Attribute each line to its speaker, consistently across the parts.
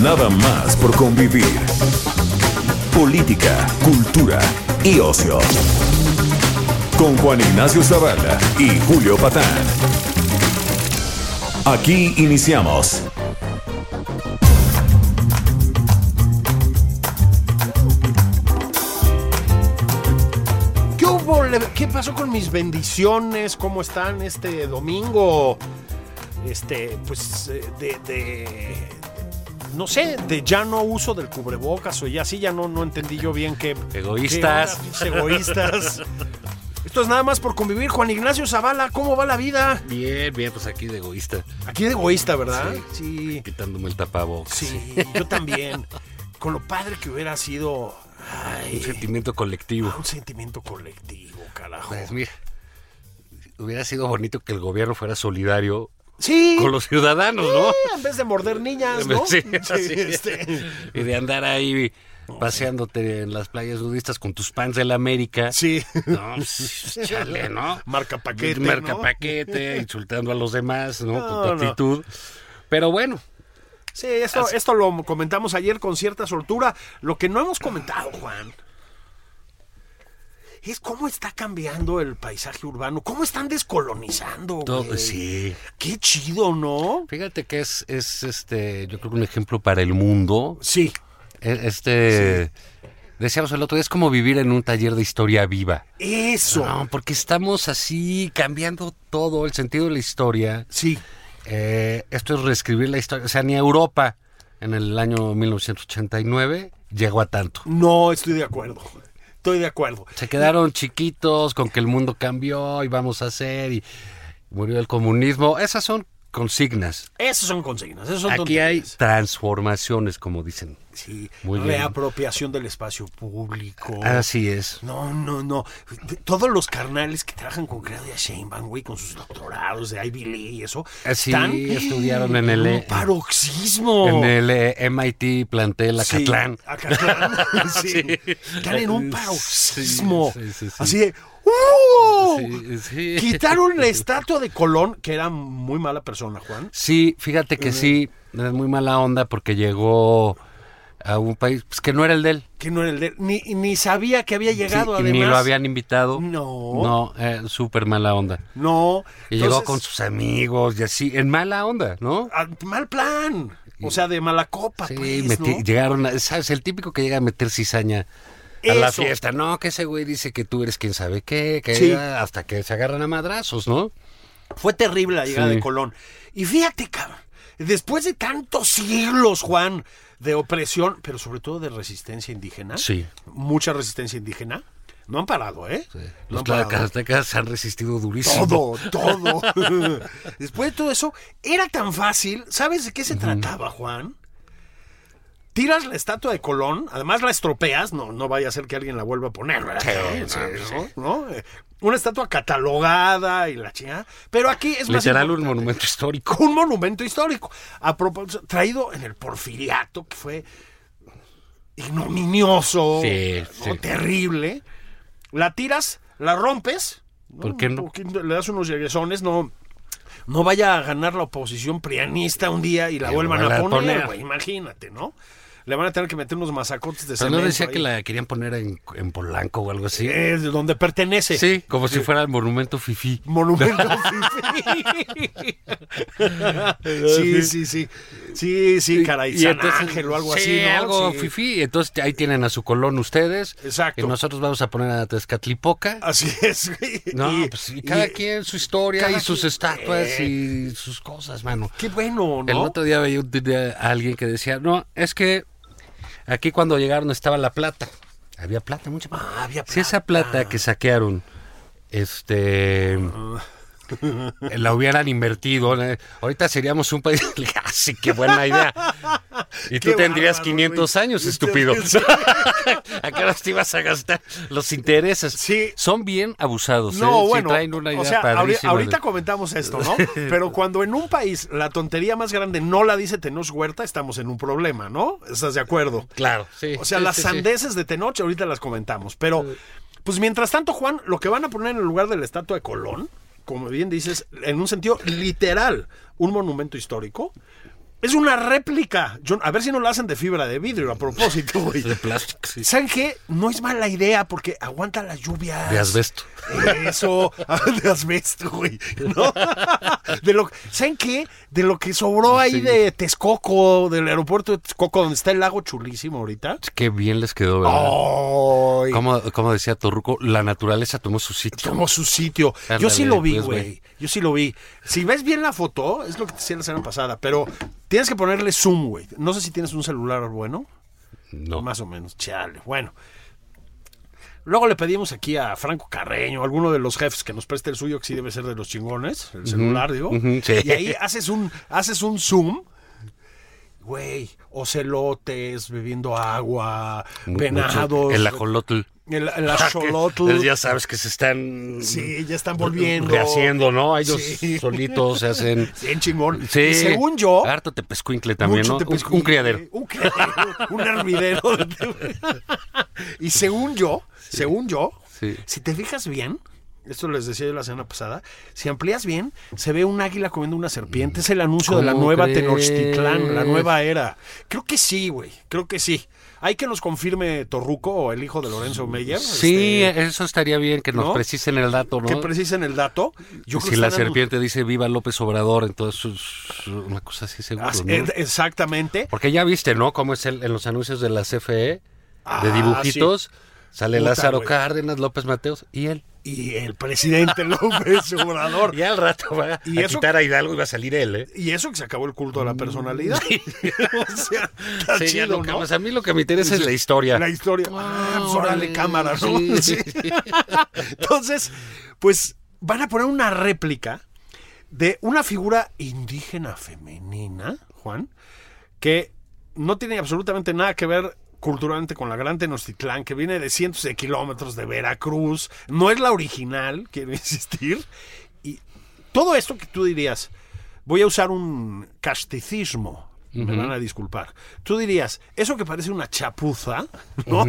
Speaker 1: Nada más por convivir. Política, cultura y ocio. Con Juan Ignacio Zavala y Julio Patán. Aquí iniciamos.
Speaker 2: ¿Qué, hubo? ¿Qué pasó con mis bendiciones? ¿Cómo están este domingo? Este, pues, eh, de, de- No sé, de ya no uso del cubrebocas o ya sí, ya no, no entendí yo bien qué.
Speaker 3: Egoístas.
Speaker 2: qué onda, pinches egoístas. Esto es nada más por convivir. Juan Ignacio Zavala, ¿cómo va la vida?
Speaker 3: Bien, bien, pues aquí de egoísta,
Speaker 2: Aquí de egoísta, ¿verdad? Sí.
Speaker 3: quitándome el tapabocas.
Speaker 2: Sí, yo también. Con lo padre que hubiera sido.
Speaker 3: Un
Speaker 2: Ay,
Speaker 3: sentimiento colectivo.
Speaker 2: un sentimiento colectivo, carajo.
Speaker 3: Pues mira, hubiera sido bonito que el gobierno fuera solidario
Speaker 2: Sí.
Speaker 3: con los ciudadanos, ¿no?
Speaker 2: Eh, en vez de morder niñas, ¿no?
Speaker 3: Sí,
Speaker 2: Sí,
Speaker 3: así es.
Speaker 2: este,
Speaker 3: Y de andar ahí paseándote en las playas nudistas con tus pants del América.
Speaker 2: sí.
Speaker 3: No, pues, chale, ¿no?
Speaker 2: Marca paquete,
Speaker 3: Marca
Speaker 2: ¿no?
Speaker 3: paquete, insultando a los demás, ¿no?
Speaker 2: No,
Speaker 3: con tu
Speaker 2: no.
Speaker 3: actitud. Pero bueno,
Speaker 2: Sí, esto, esto lo comentamos ayer con cierta soltura. Lo que no hemos comentado, Juan, es cómo está cambiando el paisaje urbano, cómo están descolonizando.
Speaker 3: todo,
Speaker 2: güey.
Speaker 3: sí.
Speaker 2: Qué chido, ¿no?
Speaker 3: Fíjate que es, es este, yo creo que un ejemplo para el mundo.
Speaker 2: Sí,
Speaker 3: E- Este. Decíamos el otro día, es como vivir en un taller de historia viva.
Speaker 2: eso.
Speaker 3: No, pues. porque estamos así cambiando todo el sentido de la historia.
Speaker 2: Sí,
Speaker 3: Eh, esto es reescribir la historia. O sea, ni Europa en el año 1989 llegó a tanto.
Speaker 2: no estoy de acuerdo. Estoy de acuerdo.
Speaker 3: Se quedaron chiquitos con que el mundo cambió y vamos a hacer y murió el comunismo. Esas son consignas.
Speaker 2: Esas son consignas. Esas son
Speaker 3: Aquí hay
Speaker 2: tonterías.
Speaker 3: transformaciones, como dicen.
Speaker 2: Sí,
Speaker 3: Muy bien.
Speaker 2: reapropiación del espacio público.
Speaker 3: Así es.
Speaker 2: No, no, no. Todos los carnales que trabajan con Claudia Sheinbaum, güey, con sus doctorados de Ivy League y eso,
Speaker 3: Eh, sí, estudiaron en el-
Speaker 2: un paroxismo.
Speaker 3: En el eh, MIT plantel Acatlán.
Speaker 2: Sí, Acatlán, sí.
Speaker 3: Sí.
Speaker 2: Están en un paroxismo.
Speaker 3: Sí, sí, sí, sí.
Speaker 2: Así de ¡Uh!
Speaker 3: Sí, sí.
Speaker 2: Quitaron la estatua de Colón, que era muy mala persona, Juan.
Speaker 3: Sí, fíjate que sí, es muy mala onda porque llegó a un país pues, que no era el de él.
Speaker 2: Que no era el de él. Ni, ni sabía que había llegado,
Speaker 3: Sí, y
Speaker 2: además.
Speaker 3: ni lo habían invitado.
Speaker 2: No.
Speaker 3: No, eh, súper mala onda.
Speaker 2: No.
Speaker 3: Y llegó
Speaker 2: entonces-
Speaker 3: con sus amigos y así, en mala onda, ¿no?
Speaker 2: Ah, Mal plan. O sea, de mala copa,
Speaker 3: Sí,
Speaker 2: pues,
Speaker 3: meti-
Speaker 2: ¿no?
Speaker 3: llegaron, a- ¿sabes? El típico que llega a meter cizaña a la
Speaker 2: Eso.
Speaker 3: fiesta. No, que ese güey dice que tú eres quien sabe qué, que
Speaker 2: Sí.
Speaker 3: hasta que se agarran a madrazos, ¿no?
Speaker 2: Fue terrible la llegada
Speaker 3: Sí.
Speaker 2: de Colón. Y fíjate, cabrón, después de tantos siglos, Juan, de opresión, pero sobre todo de resistencia indígena.
Speaker 3: Sí.
Speaker 2: Mucha resistencia indígena. No han parado, ¿eh? No
Speaker 3: Los
Speaker 2: han parado.
Speaker 3: tlaxcaltecas se han resistido durísimo.
Speaker 2: Todo, todo. Después de todo eso, era tan fácil. ¿Sabes de qué se trataba, Juan? Tiras la estatua de Colón, además la estropeas, no, no vaya a ser que alguien la vuelva a poner, ¿verdad?
Speaker 3: Sí,
Speaker 2: Sí, ¿no? ¿no? Eh, Una estatua catalogada y la chingada. Pero aquí es más.
Speaker 3: Literal un
Speaker 2: importante.
Speaker 3: monumento histórico.
Speaker 2: Un monumento histórico. A propósito, traído en el Porfiriato, que fue ignominioso,
Speaker 3: Sí,
Speaker 2: ¿no?
Speaker 3: sí.
Speaker 2: terrible. La tiras, la rompes.
Speaker 3: ¿Por qué no?
Speaker 2: Un poquito, le das unos lleguesones, no. No vaya a ganar la oposición prianista un día y la
Speaker 3: Y
Speaker 2: vuelvan
Speaker 3: vuelvan
Speaker 2: a
Speaker 3: a
Speaker 2: poner,
Speaker 3: poner.
Speaker 2: güey, imagínate, ¿no? Le van a tener que meter unos masacotes de
Speaker 3: Pero
Speaker 2: cemento.
Speaker 3: no decía que
Speaker 2: ahí.
Speaker 3: la querían poner en, en Polanco o algo así.
Speaker 2: Es de donde pertenece.
Speaker 3: Sí, como si fuera el monumento fifí.
Speaker 2: Monumento fifí. sí, sí, sí. Sí, sí, caray. San Ángel o algo
Speaker 3: sí,
Speaker 2: así. ¿no?
Speaker 3: algo
Speaker 2: Sí.
Speaker 3: fifí. Entonces ahí tienen a su colón ustedes.
Speaker 2: Exacto.
Speaker 3: Y nosotros vamos a poner a Tezcatlipoca.
Speaker 2: Así es. güey.
Speaker 3: no,
Speaker 2: Y-
Speaker 3: pues y cada
Speaker 2: y-
Speaker 3: quien su historia
Speaker 2: cada
Speaker 3: y sus
Speaker 2: quien- eh.
Speaker 3: estatuas y sus cosas, mano.
Speaker 2: Qué bueno, ¿no?
Speaker 3: El otro día veía un tuit de alguien que decía, no, es que aquí cuando llegaron estaba la plata. Había plata, mucha plata.
Speaker 2: Ah, había
Speaker 3: Si esa plata que saquearon, este, la hubieran invertido, eh, ahorita seríamos un país. Le dije, ah, sí, qué buena idea. Y tú
Speaker 2: Qué
Speaker 3: tendrías
Speaker 2: bárbaro,
Speaker 3: 500
Speaker 2: güey.
Speaker 3: años, estúpido. ¿A qué horas te ibas a gastar los intereses?
Speaker 2: Sí.
Speaker 3: Son bien abusados. ¿eh?
Speaker 2: No,
Speaker 3: Sí,
Speaker 2: bueno,
Speaker 3: traen una idea
Speaker 2: o sea, ahori-
Speaker 3: padrísima de-
Speaker 2: ahorita comentamos esto, ¿no? Pero cuando en un país la tontería más grande no la dice Tenoch Huerta, estamos en un problema, ¿no? ¿Estás de acuerdo?
Speaker 3: Claro, sí.
Speaker 2: O sea,
Speaker 3: Sí,
Speaker 2: las
Speaker 3: sí, sí.
Speaker 2: sandeces de Tenoch ahorita las comentamos, pero pues mientras tanto, Juan, lo que van a poner en el lugar de la estatua de Colón, como bien dices, en un sentido literal, un monumento histórico. Es una réplica. Yo- a ver si no la hacen de fibra de vidrio a propósito, güey.
Speaker 3: De plástico, sí.
Speaker 2: ¿Saben qué? No es mala idea porque aguanta las lluvias.
Speaker 3: De asbesto.
Speaker 2: Eso, ah, de asbesto, güey. ¿no? De lo, ¿Saben qué? De lo que sobró ahí de Texcoco, del aeropuerto de Texcoco, donde está el lago chulísimo ahorita.
Speaker 3: Qué bien les quedó, ¿verdad?
Speaker 2: ¡Ay!
Speaker 3: Como, como decía Torruco, la naturaleza tomó su sitio.
Speaker 2: Tomó su sitio. Yo
Speaker 3: Ándale,
Speaker 2: sí lo vi,
Speaker 3: pues, güey.
Speaker 2: güey. Yo sí lo vi. Si ves bien la foto, es lo que te decía la semana pasada, pero tienes que ponerle zoom, güey. No sé si tienes un celular bueno.
Speaker 3: No.
Speaker 2: Más o menos, chale. Bueno. Luego le pedimos aquí a Franco Carreño, alguno de los jefes que nos preste el suyo, que sí debe ser de los chingones, el celular, digo.
Speaker 3: ujú, sí.
Speaker 2: Y ahí haces un, haces un zoom. Güey, ocelotes bebiendo agua,
Speaker 3: Mu-
Speaker 2: venados.
Speaker 3: mucho. El ajolotl.
Speaker 2: El, el
Speaker 3: Ah, que-
Speaker 2: axolotl.
Speaker 3: Ya sabes que se están.
Speaker 2: Sí, ya están volviendo.
Speaker 3: Rehaciendo, ¿no? Ellos
Speaker 2: Sí.
Speaker 3: solitos se hacen.
Speaker 2: Bien chingón.
Speaker 3: Sí.
Speaker 2: Y según yo,
Speaker 3: Harto tepezcuincle también,
Speaker 2: Mucho
Speaker 3: ¿no? Un-
Speaker 2: tepezcuintle,
Speaker 3: Un, criadero.
Speaker 2: Un criadero, un hervidero. y según yo, según yo,
Speaker 3: Sí.
Speaker 2: si te fijas bien, esto les decía yo la semana pasada, si amplías bien, se ve un águila comiendo una serpiente. Es el anuncio de la
Speaker 3: ¿Cómo
Speaker 2: nueva
Speaker 3: crees?
Speaker 2: Tenochtitlán, la nueva era. Creo que sí, güey, creo que sí. Hay que nos confirme Torruco o el hijo de Lorenzo Meyer.
Speaker 3: Sí,
Speaker 2: este,
Speaker 3: eso estaría bien que nos
Speaker 2: ¿no?
Speaker 3: precisen el dato, ¿no?
Speaker 2: que precisen el dato. Yo creo
Speaker 3: si
Speaker 2: que
Speaker 3: la
Speaker 2: están anu-
Speaker 3: serpiente dice viva López Obrador, entonces es una cosa así seguro,
Speaker 2: Ah,
Speaker 3: ¿no?
Speaker 2: eh, Exactamente.
Speaker 3: Porque ya viste, ¿no? Cómo es el- en los anuncios de la CFE,
Speaker 2: Ah,
Speaker 3: de dibujitos, sale
Speaker 2: Puta,
Speaker 3: Lázaro
Speaker 2: güey.
Speaker 3: Cárdenas, López Mateos y él.
Speaker 2: Y el presidente López Obrador.
Speaker 3: Y al rato va
Speaker 2: ¿Y
Speaker 3: a
Speaker 2: eso?
Speaker 3: quitar a Hidalgo y va a salir él, ¿eh? Mm.
Speaker 2: Y eso que se acabó el culto a la personalidad. o sea, está
Speaker 3: Sí, ya
Speaker 2: chido,
Speaker 3: lo que-
Speaker 2: ¿no?
Speaker 3: pues a mí lo que me interesa es la historia.
Speaker 2: La historia. Ah, pues, órale,
Speaker 3: órale,
Speaker 2: cámara, ¿no?
Speaker 3: sí,
Speaker 2: Sí. Entonces, pues van a poner una réplica de una figura indígena femenina, Juan, que no tiene absolutamente nada que ver culturalmente con la gran Tenochtitlán, que viene de cientos de kilómetros de Veracruz, no es la original, quiero insistir, y todo esto que tú dirías, voy a usar un casticismo, me van a disculpar, tú dirías, eso que parece una chapuza, ¿no?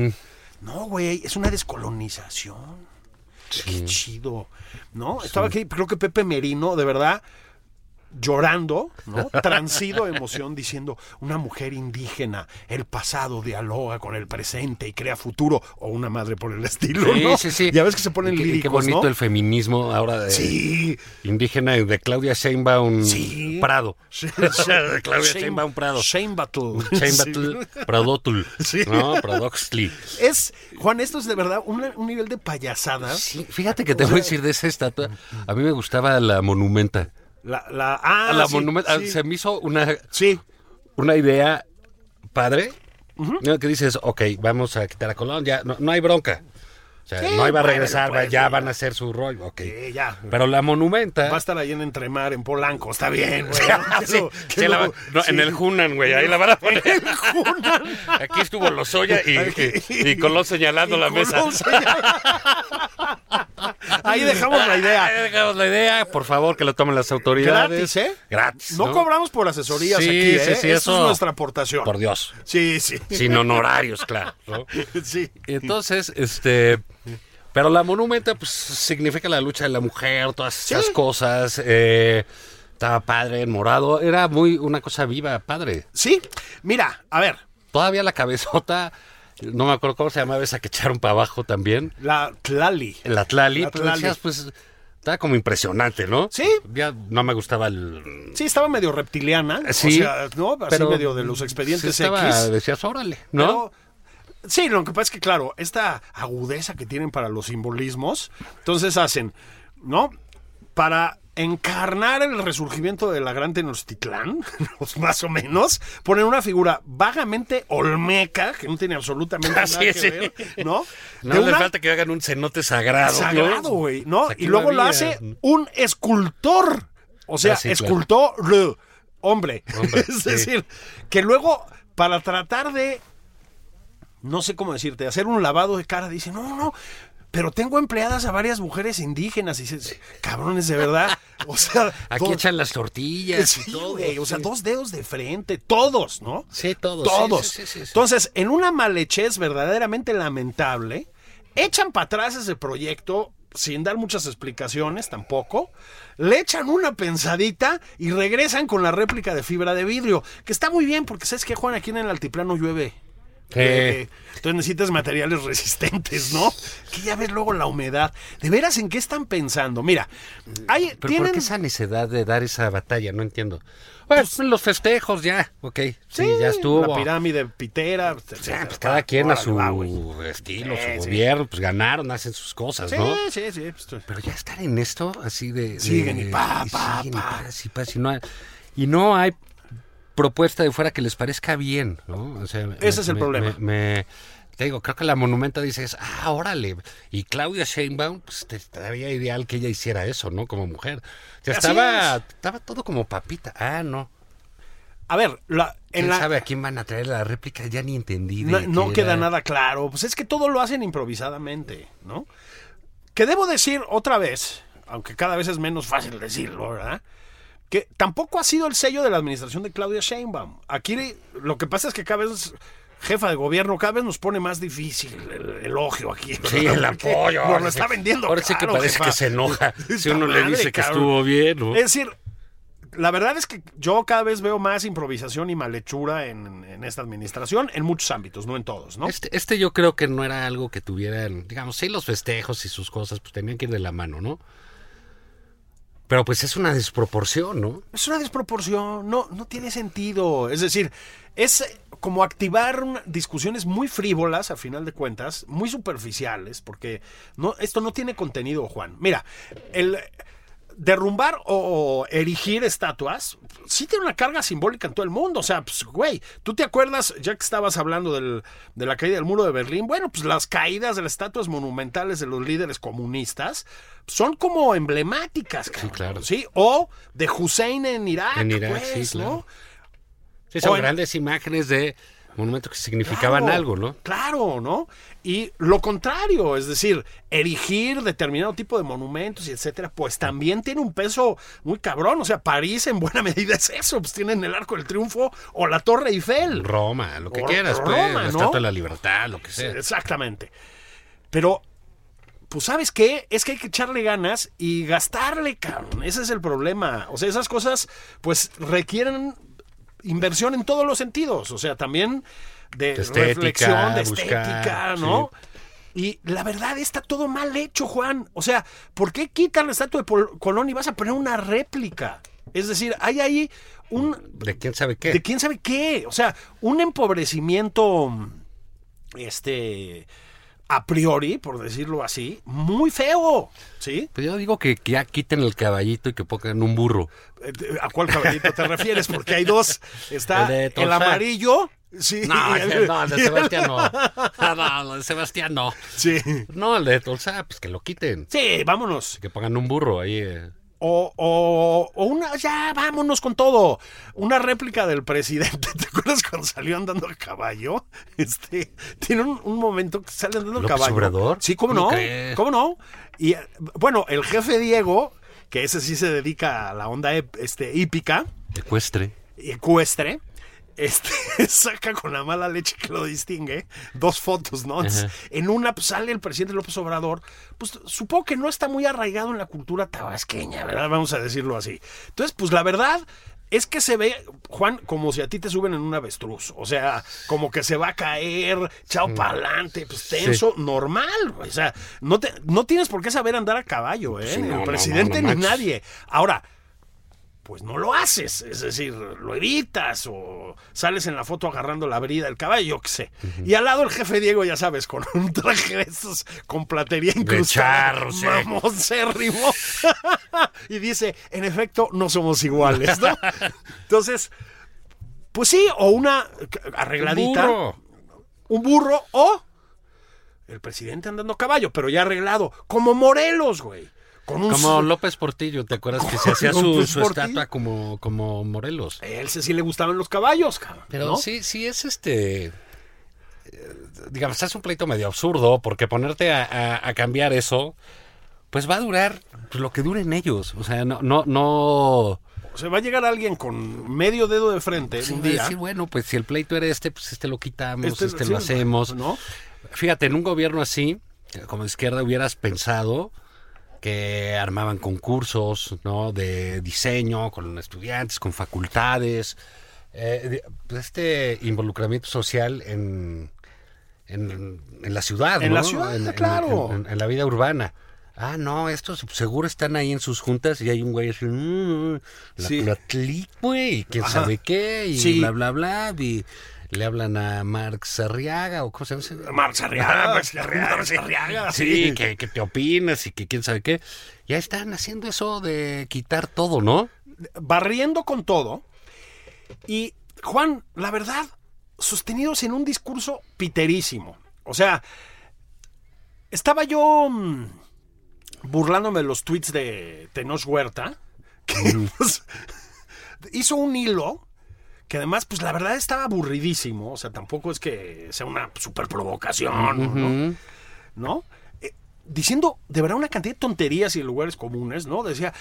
Speaker 2: No, güey, es una descolonización. Qué chido, ¿no? Estaba aquí, creo que Pepe Merino, de verdad, llorando, ¿no? Transido de emoción, diciendo, una mujer indígena, el pasado dialoga con el presente y crea futuro, o una madre por el estilo,
Speaker 3: Sí,
Speaker 2: ¿no?
Speaker 3: sí, sí.
Speaker 2: Ya ves que se ponen
Speaker 3: Y qué- y Qué
Speaker 2: líricos,
Speaker 3: bonito
Speaker 2: ¿no?
Speaker 3: el feminismo ahora de
Speaker 2: Sí,
Speaker 3: indígena de Claudia Sheinbaum
Speaker 2: Sí.
Speaker 3: Prado.
Speaker 2: Sí.
Speaker 3: O sea, de Claudia
Speaker 2: Shame-
Speaker 3: Sheinbaum Prado.
Speaker 2: Shame Battle.
Speaker 3: Sheinbaum Pradotul.
Speaker 2: Sí.
Speaker 3: No, Pradoxtli.
Speaker 2: Sí. Es, Juan, esto es de verdad una- un nivel de payasada.
Speaker 3: Sí, fíjate que te voy a decir de esa estatua. A mí me gustaba la monumenta.
Speaker 2: La, la, ah,
Speaker 3: la
Speaker 2: sí,
Speaker 3: monumenta
Speaker 2: sí.
Speaker 3: se me hizo una,
Speaker 2: Sí,
Speaker 3: una idea padre. ¿no? Que dices, ok, vamos a quitar a Colón, ya no, no hay bronca. O sea,
Speaker 2: Sí,
Speaker 3: no iba a
Speaker 2: bueno,
Speaker 3: regresar, va-
Speaker 2: pues,
Speaker 3: ya
Speaker 2: sí.
Speaker 3: van a hacer su rollo, ok.
Speaker 2: Sí, ya.
Speaker 3: Pero la monumenta.
Speaker 2: va a estar ahí en Entremar, en Polanco, está bien, güey.
Speaker 3: Ah, Sí, sí, la va- no, En el Hunan, güey, ahí la van a poner. Aquí estuvo Lozoya y, y, y Colón señalando la mesa.
Speaker 2: Ahí dejamos la idea.
Speaker 3: Ahí dejamos la idea, por favor, que lo tomen las autoridades.
Speaker 2: Gratis, ¿eh?
Speaker 3: Gratis.
Speaker 2: No, cobramos por asesorías
Speaker 3: Sí,
Speaker 2: aquí, ¿eh?
Speaker 3: sí, sí,
Speaker 2: Eso es
Speaker 3: eso-
Speaker 2: nuestra aportación.
Speaker 3: Por Dios.
Speaker 2: Sí, sí.
Speaker 3: Sin honorarios, claro. ¿no?
Speaker 2: sí.
Speaker 3: Entonces, este. Pero la monumenta, pues, significa la lucha de la mujer, todas esas cosas. eh, estaba padre, en morado. Era muy una cosa viva, padre.
Speaker 2: Sí, mira, a ver,
Speaker 3: Todavía la cabezota, no me acuerdo cómo se llamaba esa que echaron para abajo también.
Speaker 2: la Tlali.
Speaker 3: El Atlali.
Speaker 2: La
Speaker 3: pero
Speaker 2: Tlali.
Speaker 3: decías, pues, estaba como impresionante, ¿no?
Speaker 2: Sí.
Speaker 3: Ya no me gustaba el.
Speaker 2: Sí, estaba medio reptiliana.
Speaker 3: Sí,
Speaker 2: O sea, ¿no? Así
Speaker 3: pero
Speaker 2: medio de los expedientes
Speaker 3: sí estaba-
Speaker 2: X.
Speaker 3: Decías, órale,
Speaker 2: Pero-
Speaker 3: ¿no?
Speaker 2: sí, lo que pasa es que, claro, esta agudeza que tienen para los simbolismos, entonces hacen, ¿no? Para encarnar el resurgimiento de la gran Tenochtitlán, más o menos, poner una figura vagamente olmeca, que no tiene absolutamente nada
Speaker 3: Así
Speaker 2: que
Speaker 3: es, Ah, sí.
Speaker 2: ver, ¿no?
Speaker 3: No
Speaker 2: De
Speaker 3: le
Speaker 2: una-
Speaker 3: falta que hagan un cenote sagrado. ¿no? Pues
Speaker 2: sagrado, güey, ¿no?
Speaker 3: Aquí
Speaker 2: Y luego
Speaker 3: había.
Speaker 2: lo hace un escultor. O sea,
Speaker 3: Ah, sí, claro.
Speaker 2: escultor, hombre.
Speaker 3: Hombre,
Speaker 2: es
Speaker 3: sí.
Speaker 2: decir, que luego para tratar de, no sé cómo decirte, hacer un lavado de cara, dice, no, no. Pero tengo empleadas a varias mujeres indígenas y dices, cabrones, de verdad. O sea,
Speaker 3: Aquí
Speaker 2: dos-
Speaker 3: echan las tortillas
Speaker 2: Sí,
Speaker 3: y todo.
Speaker 2: güey, o sea,
Speaker 3: sí.
Speaker 2: dos dedos de frente, todos, ¿no?
Speaker 3: Sí, todos, sí,
Speaker 2: Todos.
Speaker 3: sí, sí, sí, sí.
Speaker 2: Entonces, en una malechez verdaderamente lamentable, echan para atrás ese proyecto sin dar muchas explicaciones tampoco, le echan una pensadita y regresan con la réplica de fibra de vidrio, que está muy bien porque sabes que Juan aquí en el altiplano llueve.
Speaker 3: Sí.
Speaker 2: Eh, Entonces necesitas materiales resistentes, ¿no? Que ya ves luego la humedad. ¿De veras en qué están pensando? Mira, hay,
Speaker 3: Pero
Speaker 2: tienen...
Speaker 3: ¿por qué esa necesidad de dar esa batalla? No entiendo. Pues, los festejos ya, ok. Sí, ya estuvo.
Speaker 2: La pirámide pitera.
Speaker 3: Ah,
Speaker 2: etcétera.
Speaker 3: pues cada quien a
Speaker 2: Órale,
Speaker 3: su
Speaker 2: va, güey.
Speaker 3: estilo,
Speaker 2: Sí,
Speaker 3: su
Speaker 2: sí.
Speaker 3: gobierno, pues ganaron, hacen sus cosas,
Speaker 2: Sí,
Speaker 3: ¿no?
Speaker 2: sí, sí. pues, tú-
Speaker 3: Pero ya estar en esto así de...
Speaker 2: Siguen
Speaker 3: de-
Speaker 2: y pa, pa,
Speaker 3: siguen y
Speaker 2: pa.
Speaker 3: pa, sí, pa, sí, no hay- y no hay propuesta de fuera que les parezca bien, ¿no? O sea,
Speaker 2: Ese es el problema.
Speaker 3: Me, me- te digo, creo que la monumenta dices, ah, órale. Y Claudia Sheinbaum, pues te- estaría ideal que ella hiciera eso, ¿no? Como mujer. Ya
Speaker 2: Así
Speaker 3: estaba, estaba todo como papita. Ah, no.
Speaker 2: A ver, la, en
Speaker 3: ¿Quién
Speaker 2: la,
Speaker 3: sabe a quién van a traer la réplica? Ya ni entendí. de
Speaker 2: no,
Speaker 3: qué
Speaker 2: no queda
Speaker 3: era.
Speaker 2: nada claro. Pues es que todo lo hacen improvisadamente, ¿no? Que debo decir otra vez, aunque cada vez es menos fácil decirlo, ¿verdad? Que tampoco ha sido el sello de la administración de Claudia Sheinbaum. Aquí lo que pasa es que cada vez jefa de gobierno, cada vez nos pone más difícil el elogio aquí.
Speaker 3: Sí, el
Speaker 2: ¿verdad?
Speaker 3: apoyo.
Speaker 2: Porque Nos
Speaker 3: ahora
Speaker 2: lo
Speaker 3: sí.
Speaker 2: está vendiendo.
Speaker 3: Ahora sí que
Speaker 2: caro,
Speaker 3: parece
Speaker 2: jefa.
Speaker 3: que se enoja si
Speaker 2: Esta
Speaker 3: uno le
Speaker 2: madre,
Speaker 3: dice que
Speaker 2: cabrón.
Speaker 3: estuvo bien. ¿no?
Speaker 2: Es decir, la verdad es que yo cada vez veo más improvisación y malhechura en, en esta administración, en muchos ámbitos, no en todos, ¿no?
Speaker 3: Este, este yo creo que no era algo que tuvieran, digamos, sí los festejos y sus cosas, pues tenían que ir de la mano, ¿no? Pero pues es una desproporción, ¿no?
Speaker 2: Es una desproporción, no, no tiene sentido. Es decir, es eh, como activar una- discusiones muy frívolas, a final de cuentas, muy superficiales, porque no, esto no tiene contenido, Juan. Mira, el derrumbar o, o erigir estatuas sí tiene una carga simbólica en todo el mundo. O sea, pues, güey, tú te acuerdas, ya que estabas hablando del- de la caída del muro de Berlín, bueno, pues las caídas de las estatuas monumentales de los líderes comunistas son como emblemáticas, cabrón,
Speaker 3: claro.
Speaker 2: Sí, o de Hussein en Irak,
Speaker 3: En Irak,
Speaker 2: pues,
Speaker 3: sí,
Speaker 2: ¿no?
Speaker 3: claro. Sí, son
Speaker 2: Oye.
Speaker 3: grandes imágenes de monumentos que significaban
Speaker 2: Claro,
Speaker 3: algo, ¿no?
Speaker 2: Claro, ¿no? Y lo contrario, es decir, erigir determinado tipo de monumentos y etcétera, pues también tiene un peso muy cabrón. O sea, París en buena medida es eso, pues tienen el Arco del Triunfo o la Torre Eiffel.
Speaker 3: Roma, lo que
Speaker 2: Ro-
Speaker 3: quieras, pues,
Speaker 2: Roma,
Speaker 3: la
Speaker 2: ¿no?
Speaker 3: Estatua de la Libertad, lo que sea.
Speaker 2: Exactamente. Pero, pues, ¿sabes qué? Es que hay que echarle ganas y gastarle, cabrón. Ese es el problema. O sea, esas cosas, pues, requieren inversión en todos los sentidos. O sea, también de,
Speaker 3: De estética,
Speaker 2: reflexión, de
Speaker 3: buscar,
Speaker 2: estética, ¿no? Y la verdad está todo mal hecho, Juan. O sea, ¿por qué quitan la estatua de Pol- Colón y vas a poner una réplica? Es decir, hay ahí un
Speaker 3: De quién sabe qué.
Speaker 2: de quién sabe qué. O sea, un empobrecimiento, este, a priori, por decirlo así, muy feo, ¿sí?
Speaker 3: Pues yo digo que que ya quiten el caballito y que pongan un burro.
Speaker 2: Eh, te- ¿A cuál caballito te refieres? Porque hay dos. Está
Speaker 3: El de
Speaker 2: el,
Speaker 3: Tolzá.
Speaker 2: amarillo. Sí.
Speaker 3: No,
Speaker 2: y el-
Speaker 3: ese- no, el de Sebastián no. Ah, No, el de Sebastián no.
Speaker 2: Sí.
Speaker 3: No, el de Tolsa, pues que lo quiten.
Speaker 2: Sí, vámonos.
Speaker 3: Que pongan un burro ahí. eh.
Speaker 2: O, o, o una, ya, vámonos con todo. Una réplica del presidente. ¿Te acuerdas cuando salió andando a caballo? Este, tiene un, un momento que sale andando a
Speaker 3: ¿López
Speaker 2: caballo.
Speaker 3: Obrador?
Speaker 2: Sí, ¿cómo
Speaker 3: ¿Cómo
Speaker 2: no?
Speaker 3: crees?
Speaker 2: ¿Cómo no? Y eh, bueno, el jefe Diego, que ese sí se dedica a la onda ep- este, hípica,
Speaker 3: Ecuestre.
Speaker 2: ecuestre, eh, este, saca con la mala leche que lo distingue dos fotos, ¿no? Entonces, En una pues, sale el presidente López Obrador, pues supongo que no está muy arraigado en la cultura tabasqueña, ¿verdad? Vamos a decirlo así. Entonces, pues la verdad es que se ve, Juan, como si a ti te suben en un avestruz, o sea, como que se va a caer, chao para adelante, pues tenso, normal, o sea, no, te, no tienes por qué saber andar a caballo, ¿eh?
Speaker 3: Sí,
Speaker 2: Ni
Speaker 3: no,
Speaker 2: el
Speaker 3: no,
Speaker 2: presidente
Speaker 3: no, no
Speaker 2: ni
Speaker 3: manches.
Speaker 2: nadie. Ahora, pues no lo haces, es decir, lo evitas o sales en la foto agarrando la brida del caballo, yo qué sé. Y al lado el jefe Diego, ya sabes, con un traje de esos, con platería incrustada,
Speaker 3: charro, sí.
Speaker 2: mamosérrimo. y dice, en efecto, no somos iguales, ¿no? Entonces, pues sí, o una arregladita,
Speaker 3: Burro.
Speaker 2: un burro o el presidente andando a caballo, pero ya arreglado, como Morelos, güey. Con un
Speaker 3: Como López Portillo, ¿te acuerdas que se hacía su,
Speaker 2: López
Speaker 3: su
Speaker 2: Portillo.
Speaker 3: estatua como, como Morelos?
Speaker 2: A él sí sí le gustaban los caballos, cabrón.
Speaker 3: Pero
Speaker 2: ¿no?
Speaker 3: sí, sí es este. eh, Digamos, es un pleito medio absurdo, porque ponerte a, a- a cambiar eso, pues va a durar pues, lo que duren ellos. O sea, no, no, no.
Speaker 2: O sea, va a llegar alguien con medio dedo de frente
Speaker 3: Sí,
Speaker 2: un
Speaker 3: va a
Speaker 2: día.
Speaker 3: decir, bueno, pues si el pleito era este, pues este lo quitamos,
Speaker 2: Este-
Speaker 3: este, lo
Speaker 2: sí,
Speaker 3: hacemos.
Speaker 2: ¿no?
Speaker 3: Fíjate, en un gobierno así, como de izquierda, hubieras pensado que armaban concursos, ¿no? De diseño, con estudiantes, con facultades. Eh, de- pues, este involucramiento social en, en, en la ciudad,
Speaker 2: En
Speaker 3: ¿no?
Speaker 2: la ciudad, claro.
Speaker 3: En, en la vida urbana. Ah, no, estos seguro están ahí en sus juntas y hay un güey así, "Mm, la,
Speaker 2: Sí.
Speaker 3: la tli, güey, quién
Speaker 2: Ajá.
Speaker 3: sabe qué, y
Speaker 2: Sí.
Speaker 3: bla, bla, bla, y le hablan a Marx Arriaga o cómo se llama.
Speaker 2: Marx Arriaga, Marx Arriaga, Marx Arriaga,
Speaker 3: "Ah, Sí,
Speaker 2: Ah, sí.
Speaker 3: que, que te opinas y que quién sabe qué. Ya están haciendo eso de quitar todo, ¿no?
Speaker 2: Barriendo con todo. Y, Juan, la verdad, sostenidos en un discurso piterísimo. O sea, estaba yo mm, burlándome de los tweets de Tenoch Huerta, que pues, hizo un hilo que además, pues la verdad estaba aburridísimo. O sea, tampoco es que sea una super provocación, ¿no? ¿no? Eh, diciendo de verdad una cantidad de tonterías y de lugares comunes, ¿no? Decía,